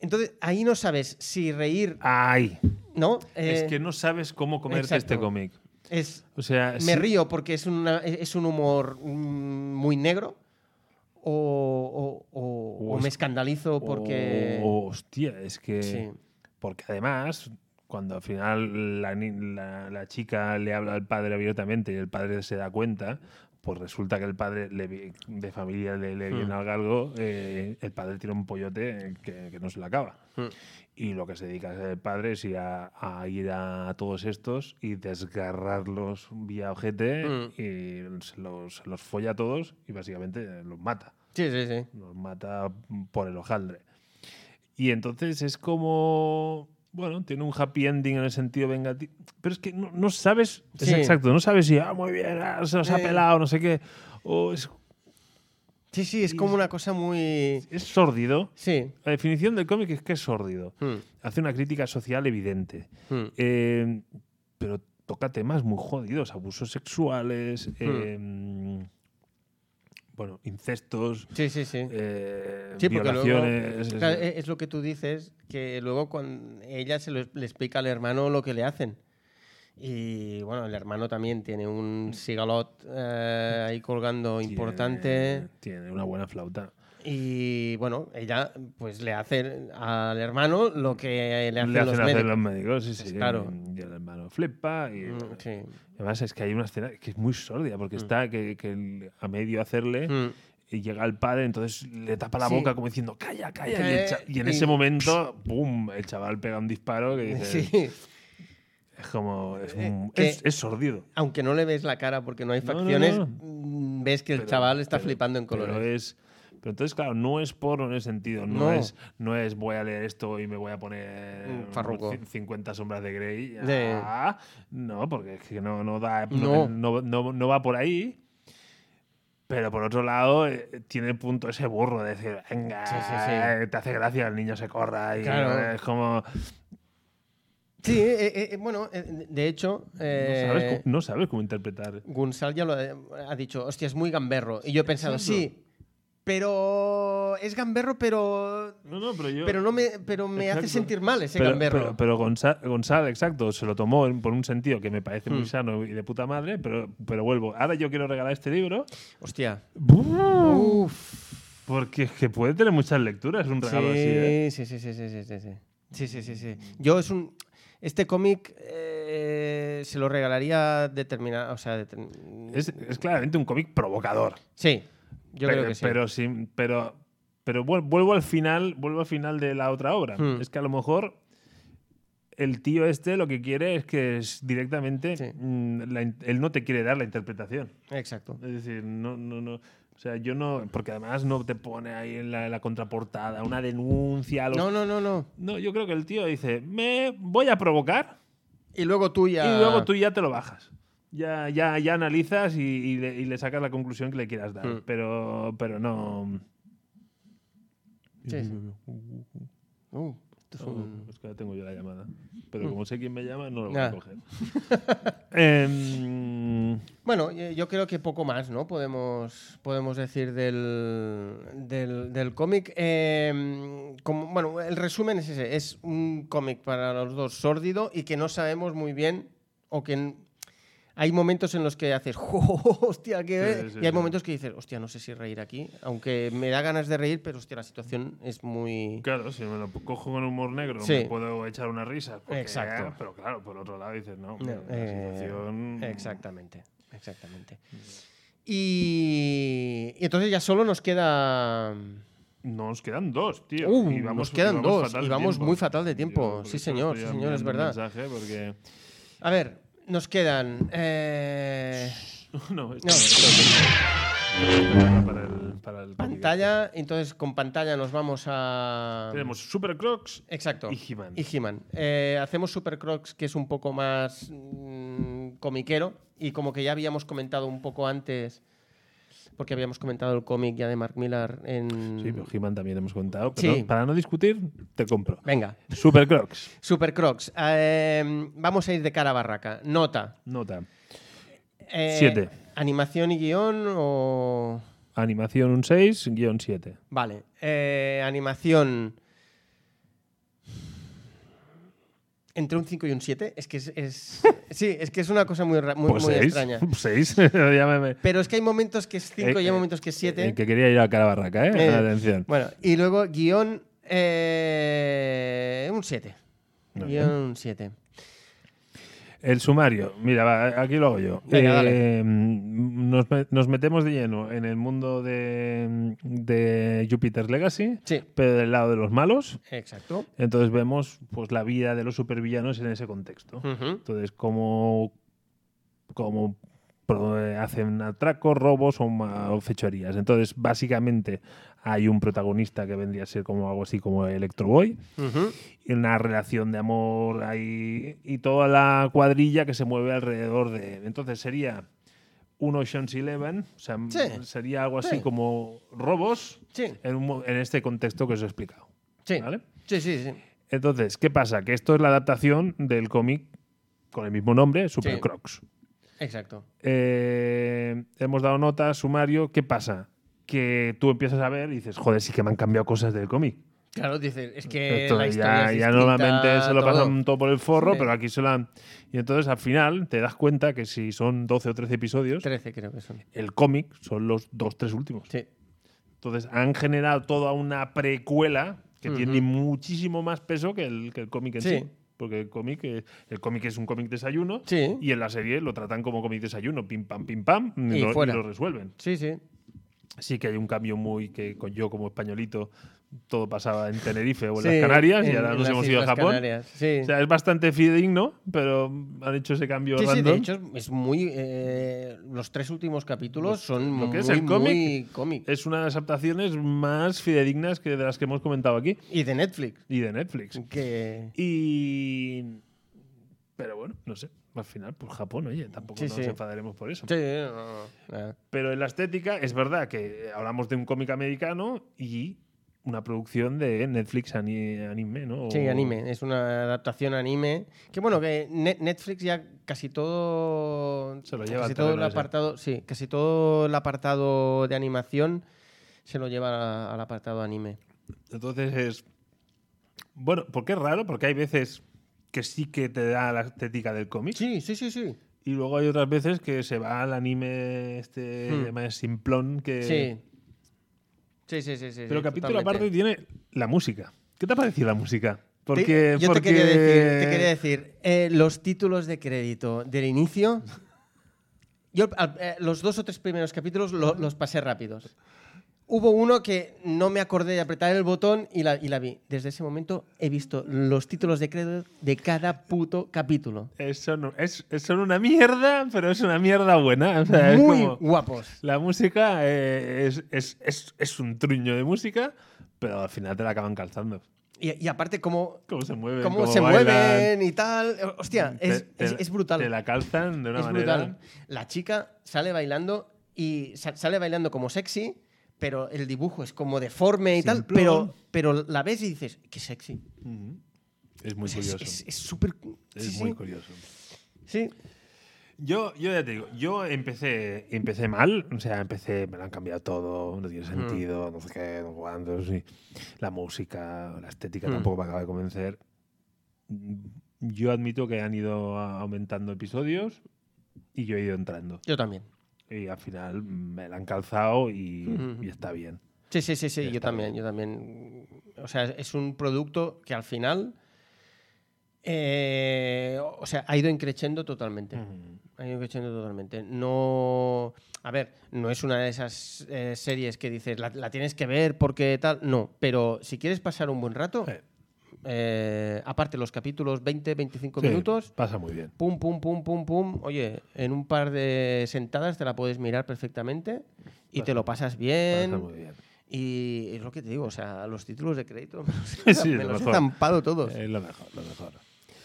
[SPEAKER 3] Entonces, ahí no sabes si reír,
[SPEAKER 2] ¡Ay!
[SPEAKER 3] ¿no?
[SPEAKER 2] es
[SPEAKER 3] Eh,
[SPEAKER 2] que no sabes cómo comerte
[SPEAKER 3] exacto.
[SPEAKER 2] este cómic.
[SPEAKER 3] es-
[SPEAKER 2] O sea,
[SPEAKER 3] me
[SPEAKER 2] sí-
[SPEAKER 3] río porque es, una- es un humor mm, muy negro o, o- o-
[SPEAKER 2] O
[SPEAKER 3] o
[SPEAKER 2] es-
[SPEAKER 3] me escandalizo porque...
[SPEAKER 2] o- Oh, hostia, es que.
[SPEAKER 3] Sí.
[SPEAKER 2] Porque además, cuando al final la, ni- la- la chica le habla al padre abiertamente y el padre se da cuenta, pues resulta que el padre le vi- de familia le, le
[SPEAKER 3] Hmm.
[SPEAKER 2] viene al galgo, eh, el padre tiene un pollote que, que no se le acaba.
[SPEAKER 3] Mm.
[SPEAKER 2] Y lo que se dedica el padre es ir a, a ir a todos estos y desgarrarlos vía ojete
[SPEAKER 3] Mm.
[SPEAKER 2] y se los, se los folla a todos y básicamente los mata
[SPEAKER 3] Sí, sí, sí.
[SPEAKER 2] nos mata por el hojaldre. Y entonces es como. Bueno, tiene un happy ending en el sentido vengativo. Pero es que no, no sabes. es
[SPEAKER 3] Sí.
[SPEAKER 2] exacto, no sabes si, ah, muy bien, ah, se los ha
[SPEAKER 3] Eh.
[SPEAKER 2] pelado, no sé qué. O es,
[SPEAKER 3] Sí, sí, es como una cosa muy...
[SPEAKER 2] es sórdido.
[SPEAKER 3] Sí.
[SPEAKER 2] La definición del cómic es que es sórdido.
[SPEAKER 3] Mm,
[SPEAKER 2] Hace una crítica social evidente.
[SPEAKER 3] mm.
[SPEAKER 2] Eh, pero toca temas muy jodidos: abusos sexuales,
[SPEAKER 3] Hmm.
[SPEAKER 2] eh, bueno, incestos,
[SPEAKER 3] Sí, sí, sí.
[SPEAKER 2] eh,
[SPEAKER 3] Sí, porque luego-
[SPEAKER 2] violaciones.
[SPEAKER 3] claro, e- es lo que tú dices, que luego cuando ella se lo- le explica al hermano lo que le hacen. Y bueno, el hermano también tiene un sigalot eh, ahí colgando importante.
[SPEAKER 2] Tiene una buena flauta.
[SPEAKER 3] Y bueno, ella pues le hace al hermano lo que le hacen,
[SPEAKER 2] Le hacen
[SPEAKER 3] los
[SPEAKER 2] hacer
[SPEAKER 3] médicos.
[SPEAKER 2] los médicos, sí, sí.
[SPEAKER 3] claro.
[SPEAKER 2] Y el hermano flipa. Y,
[SPEAKER 3] Mm, sí.
[SPEAKER 2] Además, es que hay una escena que es muy sordia, porque está que, que el- a medio hacerle.
[SPEAKER 3] Mm.
[SPEAKER 2] Y llega el padre, entonces le tapa la
[SPEAKER 3] Sí.
[SPEAKER 2] boca como diciendo, calla, calla. Y, el cha-
[SPEAKER 3] Cae
[SPEAKER 2] y en
[SPEAKER 3] y-
[SPEAKER 2] ese momento, ¡pum! El chaval pega un disparo que dice,
[SPEAKER 3] Mm, Sí. Eh,
[SPEAKER 2] es como, es, un-
[SPEAKER 3] que-
[SPEAKER 2] es- es sordido.
[SPEAKER 3] Aunque no le ves la cara porque no hay
[SPEAKER 2] No, no,
[SPEAKER 3] facciones,
[SPEAKER 2] no.
[SPEAKER 3] mm, ves que el
[SPEAKER 2] Pero-
[SPEAKER 3] chaval está
[SPEAKER 2] pero-
[SPEAKER 3] flipando en
[SPEAKER 2] pero
[SPEAKER 3] colores.
[SPEAKER 2] es- pero entonces, claro, no es porno en ese sentido. No,
[SPEAKER 3] No.
[SPEAKER 2] Es, no es voy a leer esto y me voy a poner
[SPEAKER 3] Un farruco.
[SPEAKER 2] cin- 50 sombras de Grey.
[SPEAKER 3] De-
[SPEAKER 2] Ah, No, porque es que no, no da.
[SPEAKER 3] No.
[SPEAKER 2] No. no- no- no va por ahí. Pero por otro lado, eh, tiene el punto ese burro de decir, venga,
[SPEAKER 3] Sí, sí, sí.
[SPEAKER 2] eh, te hace gracia, el niño se corra. Y
[SPEAKER 3] Claro.
[SPEAKER 2] eh, es como.
[SPEAKER 3] Sí, eh, eh, bueno, eh, de hecho, eh,
[SPEAKER 2] no, sabes, cómo- no sabes cómo interpretar.
[SPEAKER 3] Gunsal ya lo ha ha dicho, hostia, es muy gamberro. Y yo he pensado, sí, pero es gamberro, pero,
[SPEAKER 2] No, no, pero yo.
[SPEAKER 3] pero, no me, pero me hace
[SPEAKER 2] Exacto.
[SPEAKER 3] sentir mal ese
[SPEAKER 2] Pero,
[SPEAKER 3] gamberro.
[SPEAKER 2] pero, pero Gonza- Gonzalo, exacto, se lo tomó en- por un sentido que me parece
[SPEAKER 3] Hmm.
[SPEAKER 2] muy sano y de puta madre, pero, pero vuelvo. Ahora yo quiero regalar este libro
[SPEAKER 3] hostia.
[SPEAKER 2] porque es que puede tener muchas lecturas un regalo así. ¿eh?
[SPEAKER 3] sí, sí, sí, sí, sí, sí, sí. Sí, sí, sí, sí. Yo es un... Este cómic eh, se lo regalaría determinado... O sea, determin-
[SPEAKER 2] Es, es claramente un cómic provocador.
[SPEAKER 3] sí, yo
[SPEAKER 2] pero,
[SPEAKER 3] creo que sí.
[SPEAKER 2] Pero, sí, pero, pero vuel- vuelvo, al final, vuelvo al final de la otra obra.
[SPEAKER 3] Hmm.
[SPEAKER 2] Es que a lo mejor el tío este lo que quiere es que es directamente
[SPEAKER 3] Sí.
[SPEAKER 2] mm, la in- él no te quiere dar la interpretación.
[SPEAKER 3] Exacto.
[SPEAKER 2] Es decir, no, no, no. O sea, yo no. Porque además no te pone ahí en la, la contraportada una denuncia. a los-
[SPEAKER 3] No, no, no, no.
[SPEAKER 2] No, yo creo que el tío dice: Me voy a provocar
[SPEAKER 3] Y luego tú ya...
[SPEAKER 2] y luego tú ya te lo bajas. Ya, ya, ya analizas y, y le, y le sacas la conclusión que le quieras dar.
[SPEAKER 3] Mm.
[SPEAKER 2] Pero, pero no.
[SPEAKER 3] Sí, sí. Uh, esto es un-
[SPEAKER 2] Es que ahora tengo yo la llamada. Pero
[SPEAKER 3] Mm.
[SPEAKER 2] como sé quién me llama, no lo voy
[SPEAKER 3] Ah.
[SPEAKER 2] a coger. Em,
[SPEAKER 3] Bueno, eh, yo creo que poco más, ¿no? Podemos, podemos decir del, del, del cómic. Eh, como- bueno, el resumen es ese. Es un cómic para los dos sórdido y que no sabemos muy bien o que... n- Hay momentos en los que haces, "Jo, hostia, ¿qué?
[SPEAKER 2] Sí, sí,
[SPEAKER 3] y hay
[SPEAKER 2] sí.
[SPEAKER 3] momentos que dices, hostia, no sé si reír aquí, aunque me da ganas de reír, pero hostia, la situación es muy...
[SPEAKER 2] Claro, si me lo cojo con humor negro,
[SPEAKER 3] Sí.
[SPEAKER 2] me puedo echar una risa. porque,
[SPEAKER 3] Exacto.
[SPEAKER 2] ah, pero claro, por otro lado dices, no,
[SPEAKER 3] No,
[SPEAKER 2] la
[SPEAKER 3] eh,
[SPEAKER 2] situación. Mm.
[SPEAKER 3] Exactamente, exactamente. Y, y entonces ya solo nos queda...
[SPEAKER 2] Nos quedan dos, tío.
[SPEAKER 3] Uh, nos quedan dos,
[SPEAKER 2] fatal
[SPEAKER 3] y
[SPEAKER 2] de
[SPEAKER 3] vamos
[SPEAKER 2] tiempo.
[SPEAKER 3] muy fatal de tiempo.
[SPEAKER 2] por
[SPEAKER 3] Sí,
[SPEAKER 2] eso
[SPEAKER 3] señor,
[SPEAKER 2] estoy
[SPEAKER 3] sí, señor, es
[SPEAKER 2] enviando un
[SPEAKER 3] verdad.
[SPEAKER 2] mensaje porque.
[SPEAKER 3] A ver, nos quedan. eh,
[SPEAKER 2] No, esto no,
[SPEAKER 3] No.
[SPEAKER 2] esto no. para el, para el
[SPEAKER 3] pantalla, entonces con pantalla nos vamos a.
[SPEAKER 2] Tenemos Super Crocs.
[SPEAKER 3] Exacto.
[SPEAKER 2] y He-Man.
[SPEAKER 3] Y He-Man. Eh, hacemos Super Crocs, que es un poco más mm, comiquero. Y como que ya habíamos comentado un poco antes, porque habíamos comentado el cómic ya de Mark Millar en.
[SPEAKER 2] Sí, pero He-Man también hemos contado.
[SPEAKER 3] Em. Sí.
[SPEAKER 2] Pero no- para no discutir, te compro.
[SPEAKER 3] Venga,
[SPEAKER 2] Super Crocs.
[SPEAKER 3] Super Crocs. eh, vamos a ir de cara a barraca. Nota.
[SPEAKER 2] Nota.
[SPEAKER 3] Eh,
[SPEAKER 2] Siete.
[SPEAKER 3] ¿Animación y guión o.?
[SPEAKER 2] Animación un 6, guión 7.
[SPEAKER 3] Vale. eh, animación. Entre un 5 y un 7. Es que es. es- sí, es que es una cosa muy, ra- muy,
[SPEAKER 2] Pues
[SPEAKER 3] muy
[SPEAKER 2] 6.
[SPEAKER 3] extraña.
[SPEAKER 2] 6. ya me, me-
[SPEAKER 3] Pero es que hay momentos que es 5 y
[SPEAKER 2] Eh,
[SPEAKER 3] hay
[SPEAKER 2] eh,
[SPEAKER 3] momentos que es 7.
[SPEAKER 2] El que quería ir a Calabarraca, ¿eh?
[SPEAKER 3] Eh,
[SPEAKER 2] Atención.
[SPEAKER 3] Bueno, y luego guión. eh, un 7.
[SPEAKER 2] Muy
[SPEAKER 3] Guión un 7.
[SPEAKER 2] El sumario. Mira, va, aquí lo hago yo.
[SPEAKER 3] Venga, dale.
[SPEAKER 2] Eh, mm, nos, me- nos metemos de lleno en el mundo de, de Jupiter's Legacy,
[SPEAKER 3] Sí.
[SPEAKER 2] pero del lado de los malos.
[SPEAKER 3] Exacto.
[SPEAKER 2] Entonces vemos pues, la vida de los supervillanos en ese contexto.
[SPEAKER 3] Ujú.
[SPEAKER 2] Entonces, cómo, cómo pro- eh, hacen atracos, robos o, ma- o fechorías. Entonces, básicamente hay un protagonista que vendría a ser como algo así como Electroboy
[SPEAKER 3] Ujú.
[SPEAKER 2] y una relación de amor ahí y toda la cuadrilla que se mueve alrededor de él. Entonces sería un Ocean's Eleven, o sea,
[SPEAKER 3] Sí.
[SPEAKER 2] sería algo así
[SPEAKER 3] Sí.
[SPEAKER 2] como robos
[SPEAKER 3] Sí.
[SPEAKER 2] en, un mo- en este contexto que os he explicado.
[SPEAKER 3] Sí.
[SPEAKER 2] ¿Vale?
[SPEAKER 3] sí, sí, sí.
[SPEAKER 2] Entonces, ¿qué pasa? Que esto es la adaptación del cómic con el mismo nombre, Super
[SPEAKER 3] Sí.
[SPEAKER 2] Crocs.
[SPEAKER 3] Exacto.
[SPEAKER 2] Eh, hemos dado nota, sumario, ¿qué pasa? Que tú empiezas a ver y dices, joder, sí que me han cambiado cosas del cómic.
[SPEAKER 3] Claro, dices, es que
[SPEAKER 2] Esto
[SPEAKER 3] Eh, la historia
[SPEAKER 2] ya,
[SPEAKER 3] es
[SPEAKER 2] ya
[SPEAKER 3] distinta,
[SPEAKER 2] normalmente se lo
[SPEAKER 3] todo.
[SPEAKER 2] pasan todo por el forro,
[SPEAKER 3] Sí.
[SPEAKER 2] pero aquí se la. Y entonces al final te das cuenta que si son 12 o 13 episodios,
[SPEAKER 3] 13 creo que son.
[SPEAKER 2] el cómic son los dos, tres últimos.
[SPEAKER 3] Sí.
[SPEAKER 2] Entonces han generado toda una precuela que tiene muchísimo más peso que el, que el cómic en sí.
[SPEAKER 3] Sí.
[SPEAKER 2] Porque el cómic, eh, el cómic es un cómic desayuno
[SPEAKER 3] Sí.
[SPEAKER 2] y en la serie lo tratan como cómic desayuno, pim pam, pim pam, y,
[SPEAKER 3] Y
[SPEAKER 2] lo, y
[SPEAKER 3] fuera.
[SPEAKER 2] lo resuelven.
[SPEAKER 3] Sí, sí.
[SPEAKER 2] Sí que hay un cambio muy que con yo como españolito todo pasaba en Tenerife o en
[SPEAKER 3] Sí,
[SPEAKER 2] las Canarias y
[SPEAKER 3] en-
[SPEAKER 2] ahora
[SPEAKER 3] en
[SPEAKER 2] nos
[SPEAKER 3] las
[SPEAKER 2] hemos ido a
[SPEAKER 3] Islas
[SPEAKER 2] Japón.
[SPEAKER 3] Canarias, Sí.
[SPEAKER 2] O sea, es bastante fidedigno, pero han hecho ese cambio
[SPEAKER 3] Sí, sí,
[SPEAKER 2] random.
[SPEAKER 3] de hecho es muy. eh, los tres últimos capítulos son
[SPEAKER 2] lo que
[SPEAKER 3] muy,
[SPEAKER 2] es el cómic Eh.
[SPEAKER 3] muy cómic.
[SPEAKER 2] es una de las adaptaciones más fidedignas que de las que hemos comentado aquí
[SPEAKER 3] Y de Netflix.
[SPEAKER 2] y de Netflix.
[SPEAKER 3] Que.
[SPEAKER 2] Y. Pero bueno, no sé. Al final, por Japón, oye, tampoco
[SPEAKER 3] Sí,
[SPEAKER 2] nos
[SPEAKER 3] sí.
[SPEAKER 2] enfadaremos por eso.
[SPEAKER 3] Sí, no, no, no.
[SPEAKER 2] Pero en la estética, es verdad que hablamos de un cómic americano y una producción de Netflix ani- anime, ¿no? O-
[SPEAKER 3] Sí, anime. Es una adaptación anime. Que bueno, que Ne- Netflix ya casi todo.
[SPEAKER 2] Se lo lleva
[SPEAKER 3] Casi
[SPEAKER 2] al
[SPEAKER 3] todo el
[SPEAKER 2] terreno ese.
[SPEAKER 3] apartado. Sí, casi todo el apartado de animación se lo lleva a- al apartado anime.
[SPEAKER 2] Entonces es. Bueno, porque es raro, porque hay veces que sí que te da la estética del cómic.
[SPEAKER 3] Sí, sí, sí, sí.
[SPEAKER 2] Y luego hay otras veces que se va al anime este
[SPEAKER 3] Hmm.
[SPEAKER 2] más simplón que.
[SPEAKER 3] Sí. Sí, sí, sí, sí.
[SPEAKER 2] Eh, Pero
[SPEAKER 3] sí,
[SPEAKER 2] capítulo
[SPEAKER 3] totalmente.
[SPEAKER 2] aparte tiene la música. ¿Qué te ha parecido la música? Porque,
[SPEAKER 3] Te- yo
[SPEAKER 2] porque-
[SPEAKER 3] te quería decir, te quería decir, eh, los títulos de crédito del inicio. Yo al- eh, los dos o tres primeros capítulos lo- los pasé rápidos. Hubo uno que no me acordé de apretar el botón y la, y la vi. Desde ese momento he visto los títulos de crédito de cada puto capítulo.
[SPEAKER 2] Es- son, es- es- son una mierda, pero es una mierda buena. O sea, es
[SPEAKER 3] Muy
[SPEAKER 2] como-
[SPEAKER 3] guapos.
[SPEAKER 2] la música eh, es, es- es- es un truño de música, pero al final te la acaban calzando.
[SPEAKER 3] Y, y aparte, cómo,
[SPEAKER 2] Cómo se mueven.
[SPEAKER 3] cómo
[SPEAKER 2] Cómo,
[SPEAKER 3] se
[SPEAKER 2] bailan,
[SPEAKER 3] mueven y tal. Hostia,
[SPEAKER 2] te-
[SPEAKER 3] es,
[SPEAKER 2] te
[SPEAKER 3] es-
[SPEAKER 2] la-
[SPEAKER 3] es brutal.
[SPEAKER 2] Te la calzan de una
[SPEAKER 3] es
[SPEAKER 2] manera.
[SPEAKER 3] brutal. La chica sale bailando y sa- sale bailando como sexy, pero el dibujo es como deforme y tal,
[SPEAKER 2] Simplón.
[SPEAKER 3] pero, pero la ves y dices, qué sexy.
[SPEAKER 2] Ujú. Es muy
[SPEAKER 3] Es-
[SPEAKER 2] curioso.
[SPEAKER 3] Es es súper...
[SPEAKER 2] es
[SPEAKER 3] sí, sí.
[SPEAKER 2] muy curioso.
[SPEAKER 3] Sí.
[SPEAKER 2] Yo, yo ya te digo, yo empecé, empecé mal, o sea, empecé, me lo han cambiado todo, no
[SPEAKER 3] Mm.
[SPEAKER 2] tiene sentido, no sé qué, no sé cuándo, sí. la música, la estética
[SPEAKER 3] Mm.
[SPEAKER 2] tampoco me acaba de convencer. Yo admito que han ido a- aumentando episodios y yo he ido entrando.
[SPEAKER 3] Yo también.
[SPEAKER 2] Y al final me la han calzado y,
[SPEAKER 3] Mm.
[SPEAKER 2] y está bien.
[SPEAKER 3] Sí, sí, sí, sí,
[SPEAKER 2] Ya
[SPEAKER 3] yo
[SPEAKER 2] está
[SPEAKER 3] también, yo también. O sea, es un producto que al final... eh, o sea, ha ido increciendo totalmente.
[SPEAKER 2] Mm.
[SPEAKER 3] Ha ido creciendo totalmente. No. A ver, no es una de esas eh, series que dices, la, la tienes que ver porque tal. No, pero si quieres pasar un buen rato,
[SPEAKER 2] Eh,
[SPEAKER 3] eh, aparte los capítulos 20, 25
[SPEAKER 2] sí,
[SPEAKER 3] minutos,
[SPEAKER 2] Pasa muy bien.
[SPEAKER 3] pum, pum, pum, pum, pum. Oye, en un par de sentadas te la puedes mirar perfectamente y te lo pasas
[SPEAKER 2] Pasa
[SPEAKER 3] bien.
[SPEAKER 2] muy bien.
[SPEAKER 3] Y es lo que te digo, o sea, los títulos de crédito
[SPEAKER 2] Sí,
[SPEAKER 3] me
[SPEAKER 2] lo
[SPEAKER 3] los he
[SPEAKER 2] mejor. Eh.
[SPEAKER 3] estampado todos.
[SPEAKER 2] Es lo mejor, lo mejor.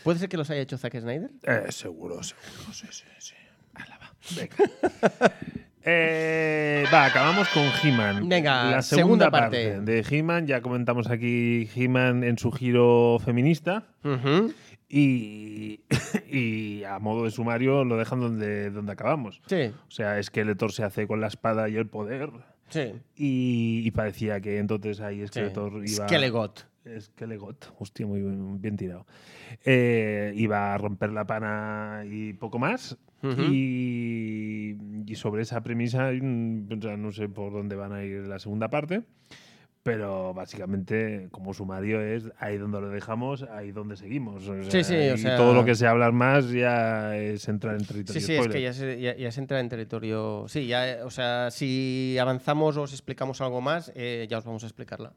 [SPEAKER 3] ¿Puede ser que los haya hecho Zack Snyder?
[SPEAKER 2] Eh, seguro, seguro, sí, sí, sí. Álava. Venga. Eh, va, acabamos con He-Man.
[SPEAKER 3] Venga,
[SPEAKER 2] la segunda,
[SPEAKER 3] segunda
[SPEAKER 2] parte.
[SPEAKER 3] parte.
[SPEAKER 2] de He-Man. Ya comentamos aquí He-Man en su giro feminista.
[SPEAKER 3] Ujú.
[SPEAKER 2] Y, y a modo de sumario lo dejan donde, donde acabamos.
[SPEAKER 3] Sí,
[SPEAKER 2] O sea, es que Letor se hace con la espada y el poder.
[SPEAKER 3] sí.
[SPEAKER 2] Y, y parecía que entonces ahí
[SPEAKER 3] sí.
[SPEAKER 2] Skeletor iba.
[SPEAKER 3] Skelegot.
[SPEAKER 2] Skelegot, hostia, muy bien, bien tirado. Eh, iba a romper la pana y poco más.
[SPEAKER 3] Ujú.
[SPEAKER 2] y, y sobre esa premisa, mm, o sea, no sé por dónde van a ir la segunda parte, pero básicamente, como sumario, es ahí donde lo dejamos, ahí donde seguimos. O sea,
[SPEAKER 3] Sí, sí, o
[SPEAKER 2] y
[SPEAKER 3] sea-
[SPEAKER 2] todo lo que sea hablar más ya es entrar en territorio.
[SPEAKER 3] Sí, sí, es
[SPEAKER 2] spoiler.
[SPEAKER 3] que ya se, ya, ya se entra en territorio. Sí, ya, eh, o sea, si avanzamos o os explicamos algo más, eh, ya os vamos a explicarla.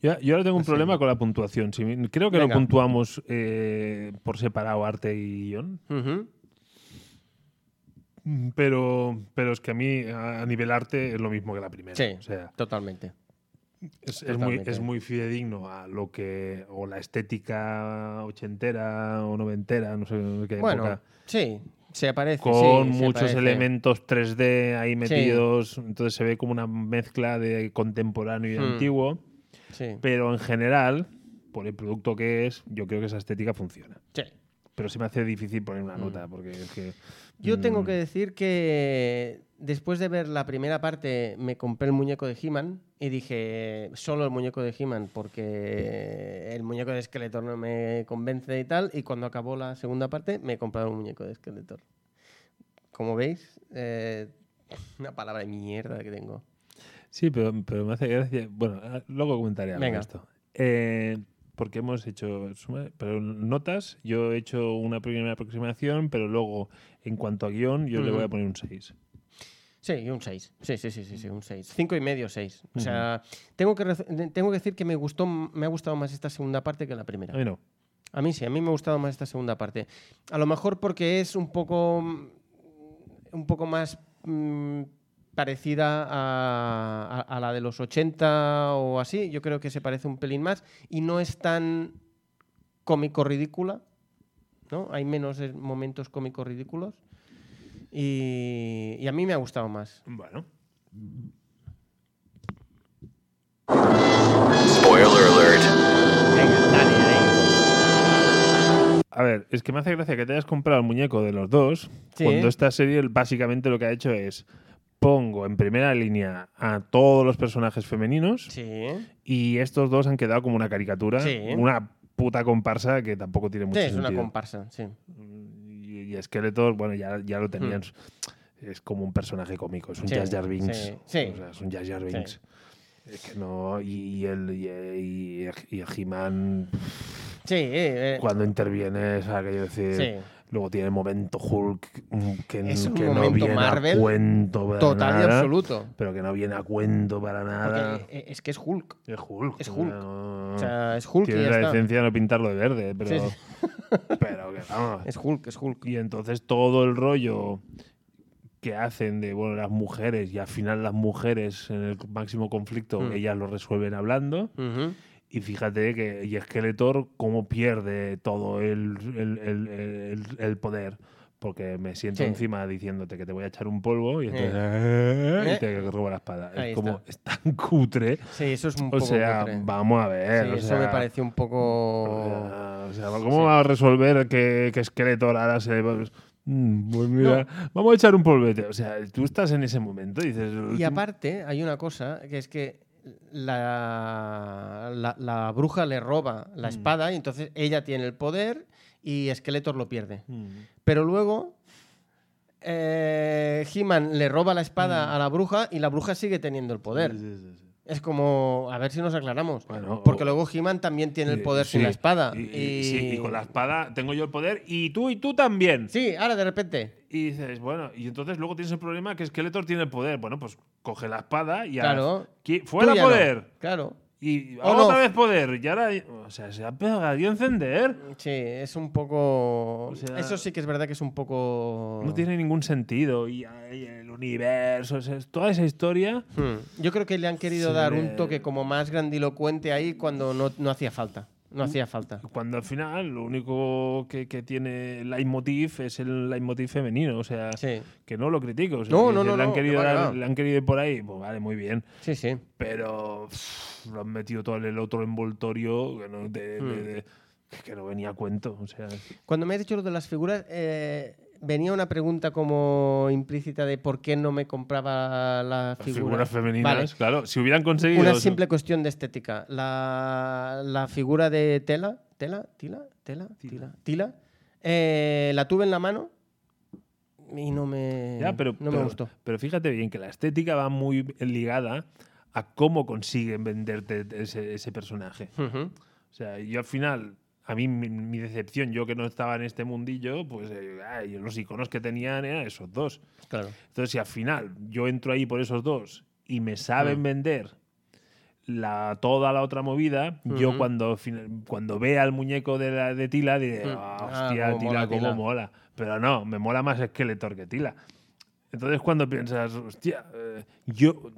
[SPEAKER 2] Ya, yo ahora tengo un problema con la puntuación. Si mi- creo que lo
[SPEAKER 3] Venga.
[SPEAKER 2] puntuamos eh, por separado arte y guión.
[SPEAKER 3] Ujú.
[SPEAKER 2] Mm, Pero, pero es que a mí, a a nivel arte, es lo mismo que la primera.
[SPEAKER 3] Sí,
[SPEAKER 2] O sea,
[SPEAKER 3] totalmente.
[SPEAKER 2] es, es muy,
[SPEAKER 3] totalmente.
[SPEAKER 2] es muy fidedigno a lo que. o la estética ochentera o noventera, no sé en qué
[SPEAKER 3] Bueno,
[SPEAKER 2] época.
[SPEAKER 3] sí, se aparece.
[SPEAKER 2] Con
[SPEAKER 3] sí, se
[SPEAKER 2] muchos
[SPEAKER 3] aparece.
[SPEAKER 2] elementos 3D ahí metidos. Entonces se ve como una mezcla de contemporáneo y
[SPEAKER 3] Hmm.
[SPEAKER 2] antiguo.
[SPEAKER 3] Sí,
[SPEAKER 2] Pero en general, por el producto que es, yo creo que esa estética funciona.
[SPEAKER 3] sí,
[SPEAKER 2] Pero se me hace difícil poner una nota, porque es que.
[SPEAKER 3] Hmm. Yo tengo
[SPEAKER 2] mm,
[SPEAKER 3] que decir que después de ver la primera parte me compré el muñeco de He-Man y dije solo el muñeco de He-Man porque el muñeco de Skeletor no me convence y tal y cuando acabó la segunda parte me he comprado un muñeco de Skeletor. Como veis, eh, una palabra de mierda que tengo.
[SPEAKER 2] Sí, pero, pero me hace gracia. Bueno, ah, luego comentaré algo de
[SPEAKER 3] Venga.
[SPEAKER 2] esto. Eh, porque hemos hecho suma- pero notas. Yo he hecho una primera aproximación, pero luego, en cuanto a guión, yo le voy a
[SPEAKER 3] Ujú.
[SPEAKER 2] poner un 6.
[SPEAKER 3] Sí, y un 6. Sí, sí, sí, sí, sí, un 6. 5 y medio, 6. O sea, tengo que, rec- tengo que decir que me, gustó, me ha gustado más esta segunda parte que la primera.
[SPEAKER 2] A mí no.
[SPEAKER 3] A mí sí, a mí me ha gustado más esta segunda parte. A lo mejor porque es un poco, mm, un poco más mm, parecida a, a- a la de los 80 o así. Yo creo que se parece un pelín más y no es tan cómico ridícula. ¿no? Hay menos eh, momentos cómicos ridículos. Y, y a mí me ha gustado más.
[SPEAKER 2] Bueno.
[SPEAKER 4] Spoiler alert.
[SPEAKER 3] Venga, dale, ahí.
[SPEAKER 2] A ver, es que me hace gracia que te hayas comprado el muñeco de los dos,
[SPEAKER 3] Sí.
[SPEAKER 2] cuando esta serie básicamente lo que ha hecho es pongo en primera línea a todos los personajes femeninos
[SPEAKER 3] Sí.
[SPEAKER 2] ¿eh? y estos dos han quedado como una caricatura,
[SPEAKER 3] Sí.
[SPEAKER 2] una puta comparsa que tampoco tiene mucho
[SPEAKER 3] Sí, es una
[SPEAKER 2] sentido.
[SPEAKER 3] comparsa, sí.
[SPEAKER 2] y, y Skeletor, bueno, ya, ya lo tenían. Es como un personaje cómico, es un
[SPEAKER 3] Hmm. Sí,
[SPEAKER 2] Jazz Jar Binks.
[SPEAKER 3] sí, sí.
[SPEAKER 2] O sea, es un Jazz Jar
[SPEAKER 3] Sí.
[SPEAKER 2] Binks. Es que no, y, y el, y, y, y el He-Man,
[SPEAKER 3] Sí, eh, eh,
[SPEAKER 2] cuando interviene, es aquello de decir.
[SPEAKER 3] Sí.
[SPEAKER 2] Luego tiene el momento Hulk mm, que, n-
[SPEAKER 3] Es un
[SPEAKER 2] que no
[SPEAKER 3] momento
[SPEAKER 2] viene
[SPEAKER 3] Marvel
[SPEAKER 2] a cuento para
[SPEAKER 3] total
[SPEAKER 2] nada.
[SPEAKER 3] y absoluto.
[SPEAKER 2] Pero que no viene a cuento para nada.
[SPEAKER 3] Porque, eh, es que es Hulk.
[SPEAKER 2] es Hulk.
[SPEAKER 3] es
[SPEAKER 2] o
[SPEAKER 3] Hulk.
[SPEAKER 2] sea, no-
[SPEAKER 3] O sea, es Hulk y
[SPEAKER 2] Ah, Tiene
[SPEAKER 3] ya
[SPEAKER 2] la
[SPEAKER 3] está.
[SPEAKER 2] licencia de no pintarlo de verde, pero.
[SPEAKER 3] Sí,
[SPEAKER 2] Pero que vamos.
[SPEAKER 3] Es Hulk, es Hulk.
[SPEAKER 2] Y entonces todo el rollo que hacen de bueno las mujeres y al final las mujeres en el máximo conflicto
[SPEAKER 3] Mm.
[SPEAKER 2] ellas lo resuelven hablando
[SPEAKER 3] Ujú.
[SPEAKER 2] y fíjate que y Skeletor cómo pierde todo el, el- el- el- el poder porque me siento
[SPEAKER 3] Sí.
[SPEAKER 2] encima diciéndote que te voy a echar un polvo y,
[SPEAKER 3] Eh.
[SPEAKER 2] entonces, eh, y te roba la espada
[SPEAKER 3] Ahí
[SPEAKER 2] es como es tan cutre
[SPEAKER 3] Sí, eso es un
[SPEAKER 2] o
[SPEAKER 3] poco.
[SPEAKER 2] sea
[SPEAKER 3] cutre.
[SPEAKER 2] vamos a ver
[SPEAKER 3] Sí,
[SPEAKER 2] o
[SPEAKER 3] eso
[SPEAKER 2] sea,
[SPEAKER 3] me pareció un poco.
[SPEAKER 2] Ah, o sea, ¿cómo va a resolver que, que Skeletor ahora se... Mm, Pues mira, vamos a echar un polvete. O sea, tú estás en ese momento y dices...
[SPEAKER 3] Y aparte, hay una cosa que es que la, la, la bruja le roba
[SPEAKER 2] Mm.
[SPEAKER 3] la espada y entonces ella tiene el poder y Skeletor lo pierde.
[SPEAKER 2] Mm.
[SPEAKER 3] Pero luego. Eh, He-Man le roba la
[SPEAKER 2] Mm.
[SPEAKER 3] espada a la bruja y la bruja sigue teniendo el poder.
[SPEAKER 2] Sí, sí, sí.
[SPEAKER 3] Es como, a ver si nos aclaramos.
[SPEAKER 2] Bueno,
[SPEAKER 3] Porque
[SPEAKER 2] o-
[SPEAKER 3] luego He-Man también tiene el
[SPEAKER 2] Sí,
[SPEAKER 3] poder sin
[SPEAKER 2] sí.
[SPEAKER 3] la espada.
[SPEAKER 2] Y, y- sí, y con la espada tengo yo el poder y tú y tú también.
[SPEAKER 3] Sí, ahora de repente.
[SPEAKER 2] Y dices, bueno, y entonces luego tienes el problema que Skeletor tiene el poder. Bueno, pues coge la espada y... haz-
[SPEAKER 3] Claro.
[SPEAKER 2] Qui-
[SPEAKER 3] Tú
[SPEAKER 2] ¡Fuera
[SPEAKER 3] ya no.
[SPEAKER 2] poder!
[SPEAKER 3] Claro.
[SPEAKER 2] Y "Ah,
[SPEAKER 3] O no.
[SPEAKER 2] otra vez poder. Y ahora... O sea, se ha pegado y encender.
[SPEAKER 3] Sí, es un poco.
[SPEAKER 2] O sea-
[SPEAKER 3] Eso sí que es verdad que es un poco.
[SPEAKER 2] No tiene ningún sentido. Y, ay, el universo, o sea, es- toda esa historia.
[SPEAKER 3] Hmm. Yo creo que le han querido
[SPEAKER 2] Se
[SPEAKER 3] dar
[SPEAKER 2] le-
[SPEAKER 3] un toque como más grandilocuente ahí cuando no, no hacía falta. No hacía falta.
[SPEAKER 2] Cuando al final lo único que, que tiene el leitmotiv es el leitmotiv femenino. O sea,
[SPEAKER 3] Sí,
[SPEAKER 2] que no lo critico. o sea,
[SPEAKER 3] No,
[SPEAKER 2] que
[SPEAKER 3] no,
[SPEAKER 2] le
[SPEAKER 3] no,
[SPEAKER 2] han
[SPEAKER 3] no,
[SPEAKER 2] querido
[SPEAKER 3] que va, que
[SPEAKER 2] dar-
[SPEAKER 3] va.
[SPEAKER 2] le han querido ir por ahí. Pues vale, muy bien.
[SPEAKER 3] sí, sí.
[SPEAKER 2] Pero pff, lo han metido todo en el otro envoltorio que no, de- de-
[SPEAKER 3] Hmm.
[SPEAKER 2] de- que no venía a cuento. O sea,
[SPEAKER 3] Cuando me has dicho lo de las figuras, eh, venía una pregunta como implícita de por qué no me compraba la
[SPEAKER 2] las
[SPEAKER 3] figura.
[SPEAKER 2] figuras femeninas,
[SPEAKER 3] Vale.
[SPEAKER 2] claro, si hubieran conseguido.
[SPEAKER 3] Una
[SPEAKER 2] eso-
[SPEAKER 3] simple cuestión de estética. La, la figura de tela, tela, tila, tela, tila, tila, eh, la tuve en la mano y no me,
[SPEAKER 2] Ya, pero,
[SPEAKER 3] Eh, no me
[SPEAKER 2] pero-
[SPEAKER 3] gustó.
[SPEAKER 2] pero fíjate bien que la estética va muy ligada a cómo consiguen venderte ese, ese personaje.
[SPEAKER 3] Ujú.
[SPEAKER 2] O sea, yo al final, a mí mi, mi decepción, yo que no estaba en este mundillo, pues eh, ay, los iconos que tenían eran esos dos.
[SPEAKER 3] Claro.
[SPEAKER 2] Entonces, si al final yo entro ahí por esos dos y me
[SPEAKER 3] Mm.
[SPEAKER 2] saben vender la, toda la otra movida, yo
[SPEAKER 3] Ujú.
[SPEAKER 2] cuando, fina- cuando vea al muñeco de, la, de Tila diré,
[SPEAKER 3] Mm.
[SPEAKER 2] "Ah,
[SPEAKER 3] Ah,
[SPEAKER 2] hostia,
[SPEAKER 3] cómo
[SPEAKER 2] Tila,
[SPEAKER 3] mola
[SPEAKER 2] cómo
[SPEAKER 3] Tila".
[SPEAKER 2] mola. Pero no, me mola más Skeletor que Tila. Entonces cuando piensas, hostia, eh, yo...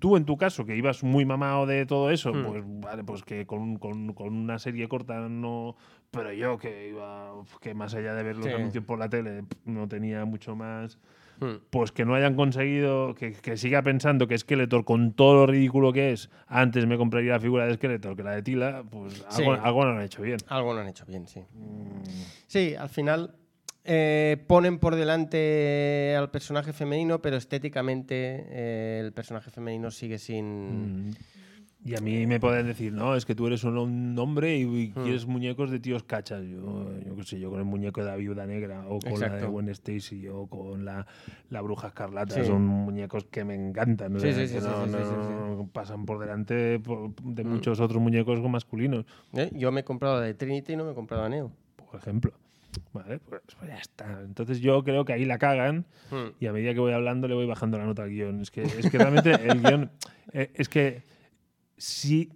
[SPEAKER 2] Tú, en tu caso, que ibas muy mamado de todo eso,
[SPEAKER 3] Mm.
[SPEAKER 2] pues vale, pues que con, con- con una serie corta no. Pero yo, que iba. Que más allá de ver los
[SPEAKER 3] Sí.
[SPEAKER 2] anuncios por la tele, no tenía mucho más
[SPEAKER 3] Hmm.
[SPEAKER 2] pues que no hayan conseguido, que, que siga pensando que Skeletor, con todo lo ridículo que es, antes me compraría la figura de Skeletor que la de Tila, pues
[SPEAKER 3] Sí.
[SPEAKER 2] algo, algo no han hecho bien.
[SPEAKER 3] Algo no han hecho bien, sí. Sí, al final eh, ponen por delante al personaje femenino, pero estéticamente eh, el personaje femenino sigue sin...
[SPEAKER 2] Y a mí me pueden decir, no, es que tú eres solo un hombre y, y
[SPEAKER 3] Hmm.
[SPEAKER 2] quieres muñecos de tíos cachas. Yo, yo qué sé, yo con el muñeco de la viuda negra o con la de
[SPEAKER 3] Exacto.
[SPEAKER 2] Gwen Stacy o con la, la bruja escarlata.
[SPEAKER 3] Sí.
[SPEAKER 2] Son muñecos que me encantan. o
[SPEAKER 3] Sí,
[SPEAKER 2] sea,
[SPEAKER 3] sí,
[SPEAKER 2] que
[SPEAKER 3] sí,
[SPEAKER 2] no,
[SPEAKER 3] sí, sí,
[SPEAKER 2] no-
[SPEAKER 3] sí, sí, Hmm.
[SPEAKER 2] no pasan por delante por- de muchos otros muñecos masculinos,
[SPEAKER 3] ¿Eh? Yo me he comprado la de Trinity y no me he comprado a Neo.
[SPEAKER 2] por ejemplo. Vale, pues, pues ya está. Entonces yo creo que ahí la cagan y a medida que voy hablando le voy bajando la nota al guión. Es que, es que realmente el guión. eh, es que si.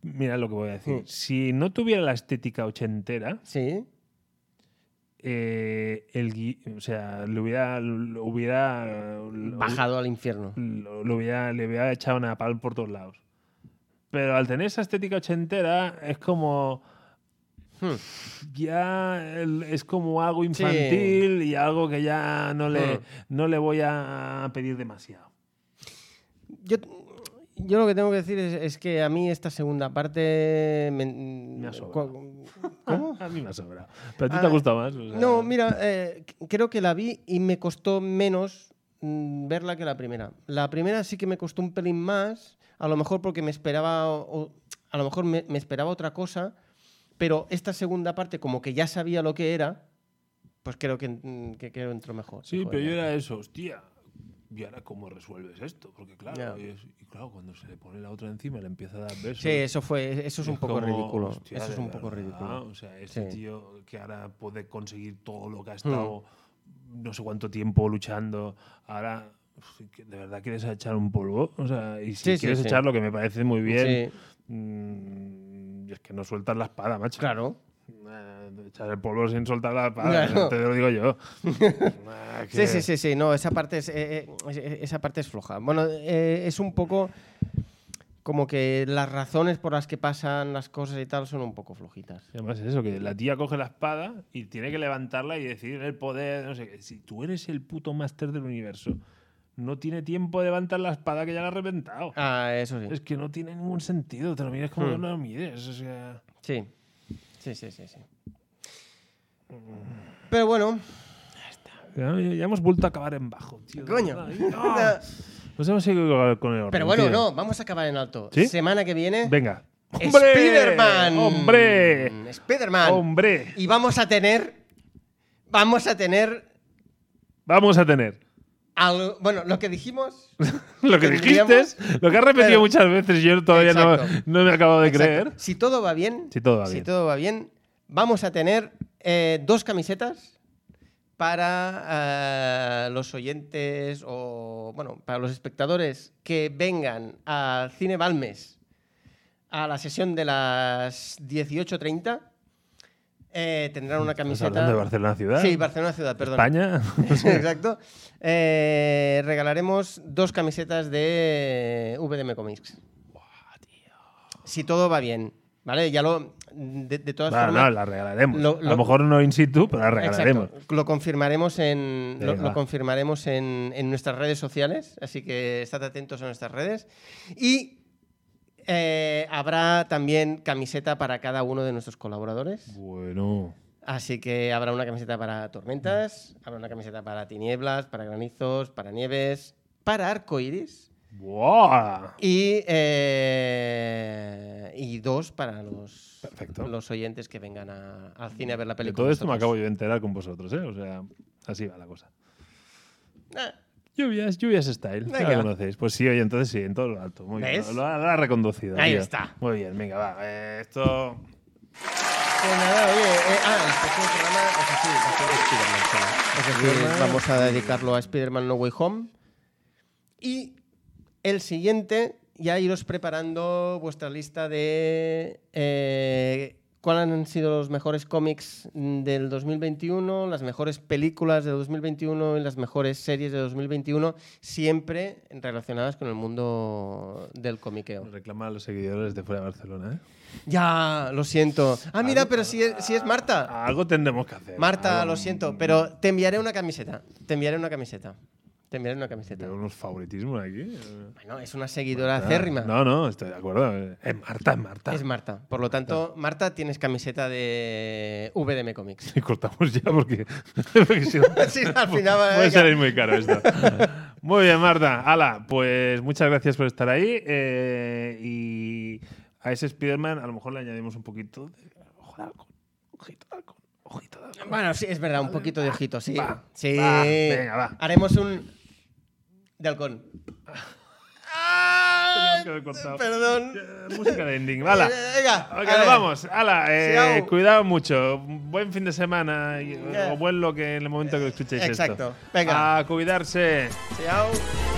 [SPEAKER 2] Mira lo que voy a decir.
[SPEAKER 3] Mm.
[SPEAKER 2] Si no tuviera la estética ochentera,
[SPEAKER 3] Sí,
[SPEAKER 2] eh, el gui- o sea, le hubiera. lo hubiera lo-
[SPEAKER 3] bajado al infierno.
[SPEAKER 2] lo- lo hubiera- le hubiera echado una pal por todos lados. Pero al tener esa estética ochentera, es como. Ya el- es como algo infantil y algo que ya no le,
[SPEAKER 3] Hmm.
[SPEAKER 2] no le voy a pedir demasiado.
[SPEAKER 3] Yo, yo lo que tengo que decir es, es que a mí esta segunda parte... Me,
[SPEAKER 2] Me ha sobrado.
[SPEAKER 3] cu- ¿Cómo?
[SPEAKER 2] A mí me ha sobrado. Pero a ti
[SPEAKER 3] Ah,
[SPEAKER 2] te gusta más. o sea,
[SPEAKER 3] No, mira, eh, c- creo que la vi y me costó menos mm, verla que la primera. La primera sí que me costó un pelín más, a lo mejor porque me esperaba, o- o- a lo mejor me, me esperaba otra cosa, pero esta segunda parte como que ya sabía lo que era, pues creo que, mm, que, que entró mejor.
[SPEAKER 2] Sí,
[SPEAKER 3] Joder.
[SPEAKER 2] pero yo era eso, hostia. ¿Y ahora cómo resuelves esto? Porque claro,
[SPEAKER 3] Ya.
[SPEAKER 2] es- y claro, cuando se le pone la otra encima le empieza a dar besos.
[SPEAKER 3] Sí, eso fue, eso es un poco
[SPEAKER 2] como,
[SPEAKER 3] ridículo.
[SPEAKER 2] hostia,
[SPEAKER 3] eso es
[SPEAKER 2] de
[SPEAKER 3] un poco
[SPEAKER 2] verdad,
[SPEAKER 3] ridículo.
[SPEAKER 2] O sea, este
[SPEAKER 3] Sí. Hmm.
[SPEAKER 2] tío que ahora puede conseguir todo lo que ha estado no sé cuánto tiempo luchando, ahora uf, que ¿de verdad quieres echar un polvo? O sea, y si
[SPEAKER 3] Sí, sí,
[SPEAKER 2] quieres
[SPEAKER 3] sí.
[SPEAKER 2] echarlo, que me parece muy bien,
[SPEAKER 3] Sí,
[SPEAKER 2] mm, y es que no sueltas la espada, macho.
[SPEAKER 3] claro.
[SPEAKER 2] Eh, echar el polvo sin soltar la espada,
[SPEAKER 3] Claro.
[SPEAKER 2] te lo digo yo. Ah, que-
[SPEAKER 3] Sí, sí, sí, sí, no, esa parte es, eh, eh, esa parte es floja. Bueno, eh, es un poco como que las razones por las que pasan las cosas y tal son un poco flojitas.
[SPEAKER 2] Y Además es eso, que la tía coge la espada y tiene que levantarla y decidir el poder, no sé qué. Si tú eres el puto máster del universo, no tiene tiempo de levantar la espada que ya la ha reventado.
[SPEAKER 3] Ah, eso sí.
[SPEAKER 2] Es que no tiene ningún sentido, te lo miras como
[SPEAKER 3] Hmm.
[SPEAKER 2] que no lo mires. O sea,
[SPEAKER 3] Sí. Sí, sí, sí, sí. Pero bueno,
[SPEAKER 2] ya, ya hemos vuelto a acabar en bajo, tío. de
[SPEAKER 3] Coño.
[SPEAKER 2] verdad. ¡Ah! Nos hemos seguido con el orden,
[SPEAKER 3] pero bueno,
[SPEAKER 2] tío.
[SPEAKER 3] no, vamos a acabar en alto.
[SPEAKER 2] ¿Sí?
[SPEAKER 3] Semana que viene,
[SPEAKER 2] Venga.
[SPEAKER 3] Spider-Man.
[SPEAKER 2] ¡Hombre!
[SPEAKER 3] Spider-Man.
[SPEAKER 2] ¡Hombre!
[SPEAKER 3] Y vamos a tener vamos a tener
[SPEAKER 2] Vamos a tener
[SPEAKER 3] algo, bueno, lo que dijimos
[SPEAKER 2] lo que dijiste,
[SPEAKER 3] Tendríamos-
[SPEAKER 2] lo que has repetido
[SPEAKER 3] Pero-
[SPEAKER 2] muchas veces y yo todavía no,
[SPEAKER 3] Exacto.
[SPEAKER 2] no me acabo de
[SPEAKER 3] Exacto.
[SPEAKER 2] creer.
[SPEAKER 3] Si todo va bien,
[SPEAKER 2] Si todo va bien.
[SPEAKER 3] bien, vamos a tener eh, dos camisetas para eh, los oyentes o, bueno, para los espectadores que vengan al Cine Balmes a la sesión de las 18.30. eh, tendrán una
[SPEAKER 2] ¿Estás
[SPEAKER 3] camiseta.
[SPEAKER 2] hablando Mm, pues de Barcelona ciudad?
[SPEAKER 3] Sí, Barcelona Ciudad, perdón.
[SPEAKER 2] España.
[SPEAKER 3] Exacto. Eh, regalaremos dos camisetas de VDM Comics. Si todo va bien, ¿vale? Ya lo. De, de todas
[SPEAKER 2] Bueno,
[SPEAKER 3] formas.
[SPEAKER 2] no, la regalaremos.
[SPEAKER 3] Lo-
[SPEAKER 2] A
[SPEAKER 3] lo-
[SPEAKER 2] lo mejor no in situ, pero la regalaremos.
[SPEAKER 3] Exacto. Lo confirmaremos en lo,
[SPEAKER 2] Venga.
[SPEAKER 3] lo confirmaremos en, en nuestras redes sociales, así que estad atentos a nuestras redes. Y eh, habrá también camiseta para cada uno de nuestros colaboradores.
[SPEAKER 2] Bueno.
[SPEAKER 3] Así que habrá una camiseta para tormentas,
[SPEAKER 2] Mm.
[SPEAKER 3] habrá una camiseta para tinieblas, para granizos, para nieves, para arcoiris
[SPEAKER 2] ¡Buah!
[SPEAKER 3] y, eh, y dos para los,
[SPEAKER 2] Perfecto.
[SPEAKER 3] los oyentes que vengan a- al cine a ver la
[SPEAKER 2] De
[SPEAKER 3] película.
[SPEAKER 2] todo esto me acabo yo de enterar con vosotros, ¿eh? O sea, así va la cosa.
[SPEAKER 3] Ah.
[SPEAKER 2] Lluvias, lluvias style. Ya
[SPEAKER 3] Venga.
[SPEAKER 2] la conocéis. Pues sí, oye, entonces sí, en todo lo alto. Muy bien.
[SPEAKER 3] ¿Ves?
[SPEAKER 2] Lo, lo ha- lo ha reconducido.
[SPEAKER 3] Ahí
[SPEAKER 2] tío.
[SPEAKER 3] está.
[SPEAKER 2] Muy bien, venga, va. Eh, esto.
[SPEAKER 3] nada, oye, eh, ah, el próximo programa es así, va a ser de Spider-Man, solo. Es decir, vamos a dedicarlo a Spider-Man No Way Home. Y el siguiente, ya iros preparando vuestra lista de eh, cuáles han sido los mejores cómics del 2021, las mejores películas de 2021 y las mejores series de 2021, siempre relacionadas con el mundo del comiqueo.
[SPEAKER 2] Reclama a los seguidores de fuera de Barcelona, ¿eh?
[SPEAKER 3] Ya, lo siento. Ah, mira, pero si es, si es Marta.
[SPEAKER 2] Algo tendremos que hacer.
[SPEAKER 3] Marta,
[SPEAKER 2] Algo-
[SPEAKER 3] lo siento, pero te enviaré una camiseta. Te enviaré una camiseta. Te enviaré una camiseta.
[SPEAKER 2] Tengo unos favoritismos aquí.
[SPEAKER 3] Bueno, es una seguidora acérrima.
[SPEAKER 2] No, no, estoy de acuerdo. Es Marta, es Marta.
[SPEAKER 3] Es Marta. Por lo tanto, Marta, tienes camiseta de VDM Comics.
[SPEAKER 2] Y cortamos ya porque, porque si no,
[SPEAKER 3] Sí, al final va-
[SPEAKER 2] puede
[SPEAKER 3] venga.
[SPEAKER 2] salir muy caro esto. Muy bien, Marta. Ala, pues muchas gracias por estar ahí. eh, y a ese Spider-Man a lo mejor le añadimos un poquito de ojo de halcón, ojito de halcón, ojito de halcón.
[SPEAKER 3] Bueno, sí, es verdad, un poquito de ojito, sí.
[SPEAKER 2] va,
[SPEAKER 3] sí.
[SPEAKER 2] va, venga, va.
[SPEAKER 3] Haremos un. De halcón.
[SPEAKER 2] que haber cortado.
[SPEAKER 3] Ah, Perdón. Eh,
[SPEAKER 2] Eh, Música de ending, ala.
[SPEAKER 3] Venga,
[SPEAKER 2] Ok,
[SPEAKER 3] a
[SPEAKER 2] nos
[SPEAKER 3] ver.
[SPEAKER 2] vamos. Ala, eh,
[SPEAKER 3] Siau.
[SPEAKER 2] cuidado mucho. Buen fin de semana y-
[SPEAKER 3] Eh.
[SPEAKER 2] o buen lo que en el momento que escuchéis
[SPEAKER 3] Exacto.
[SPEAKER 2] esto.
[SPEAKER 3] Venga.
[SPEAKER 2] A cuidarse.
[SPEAKER 3] Chao.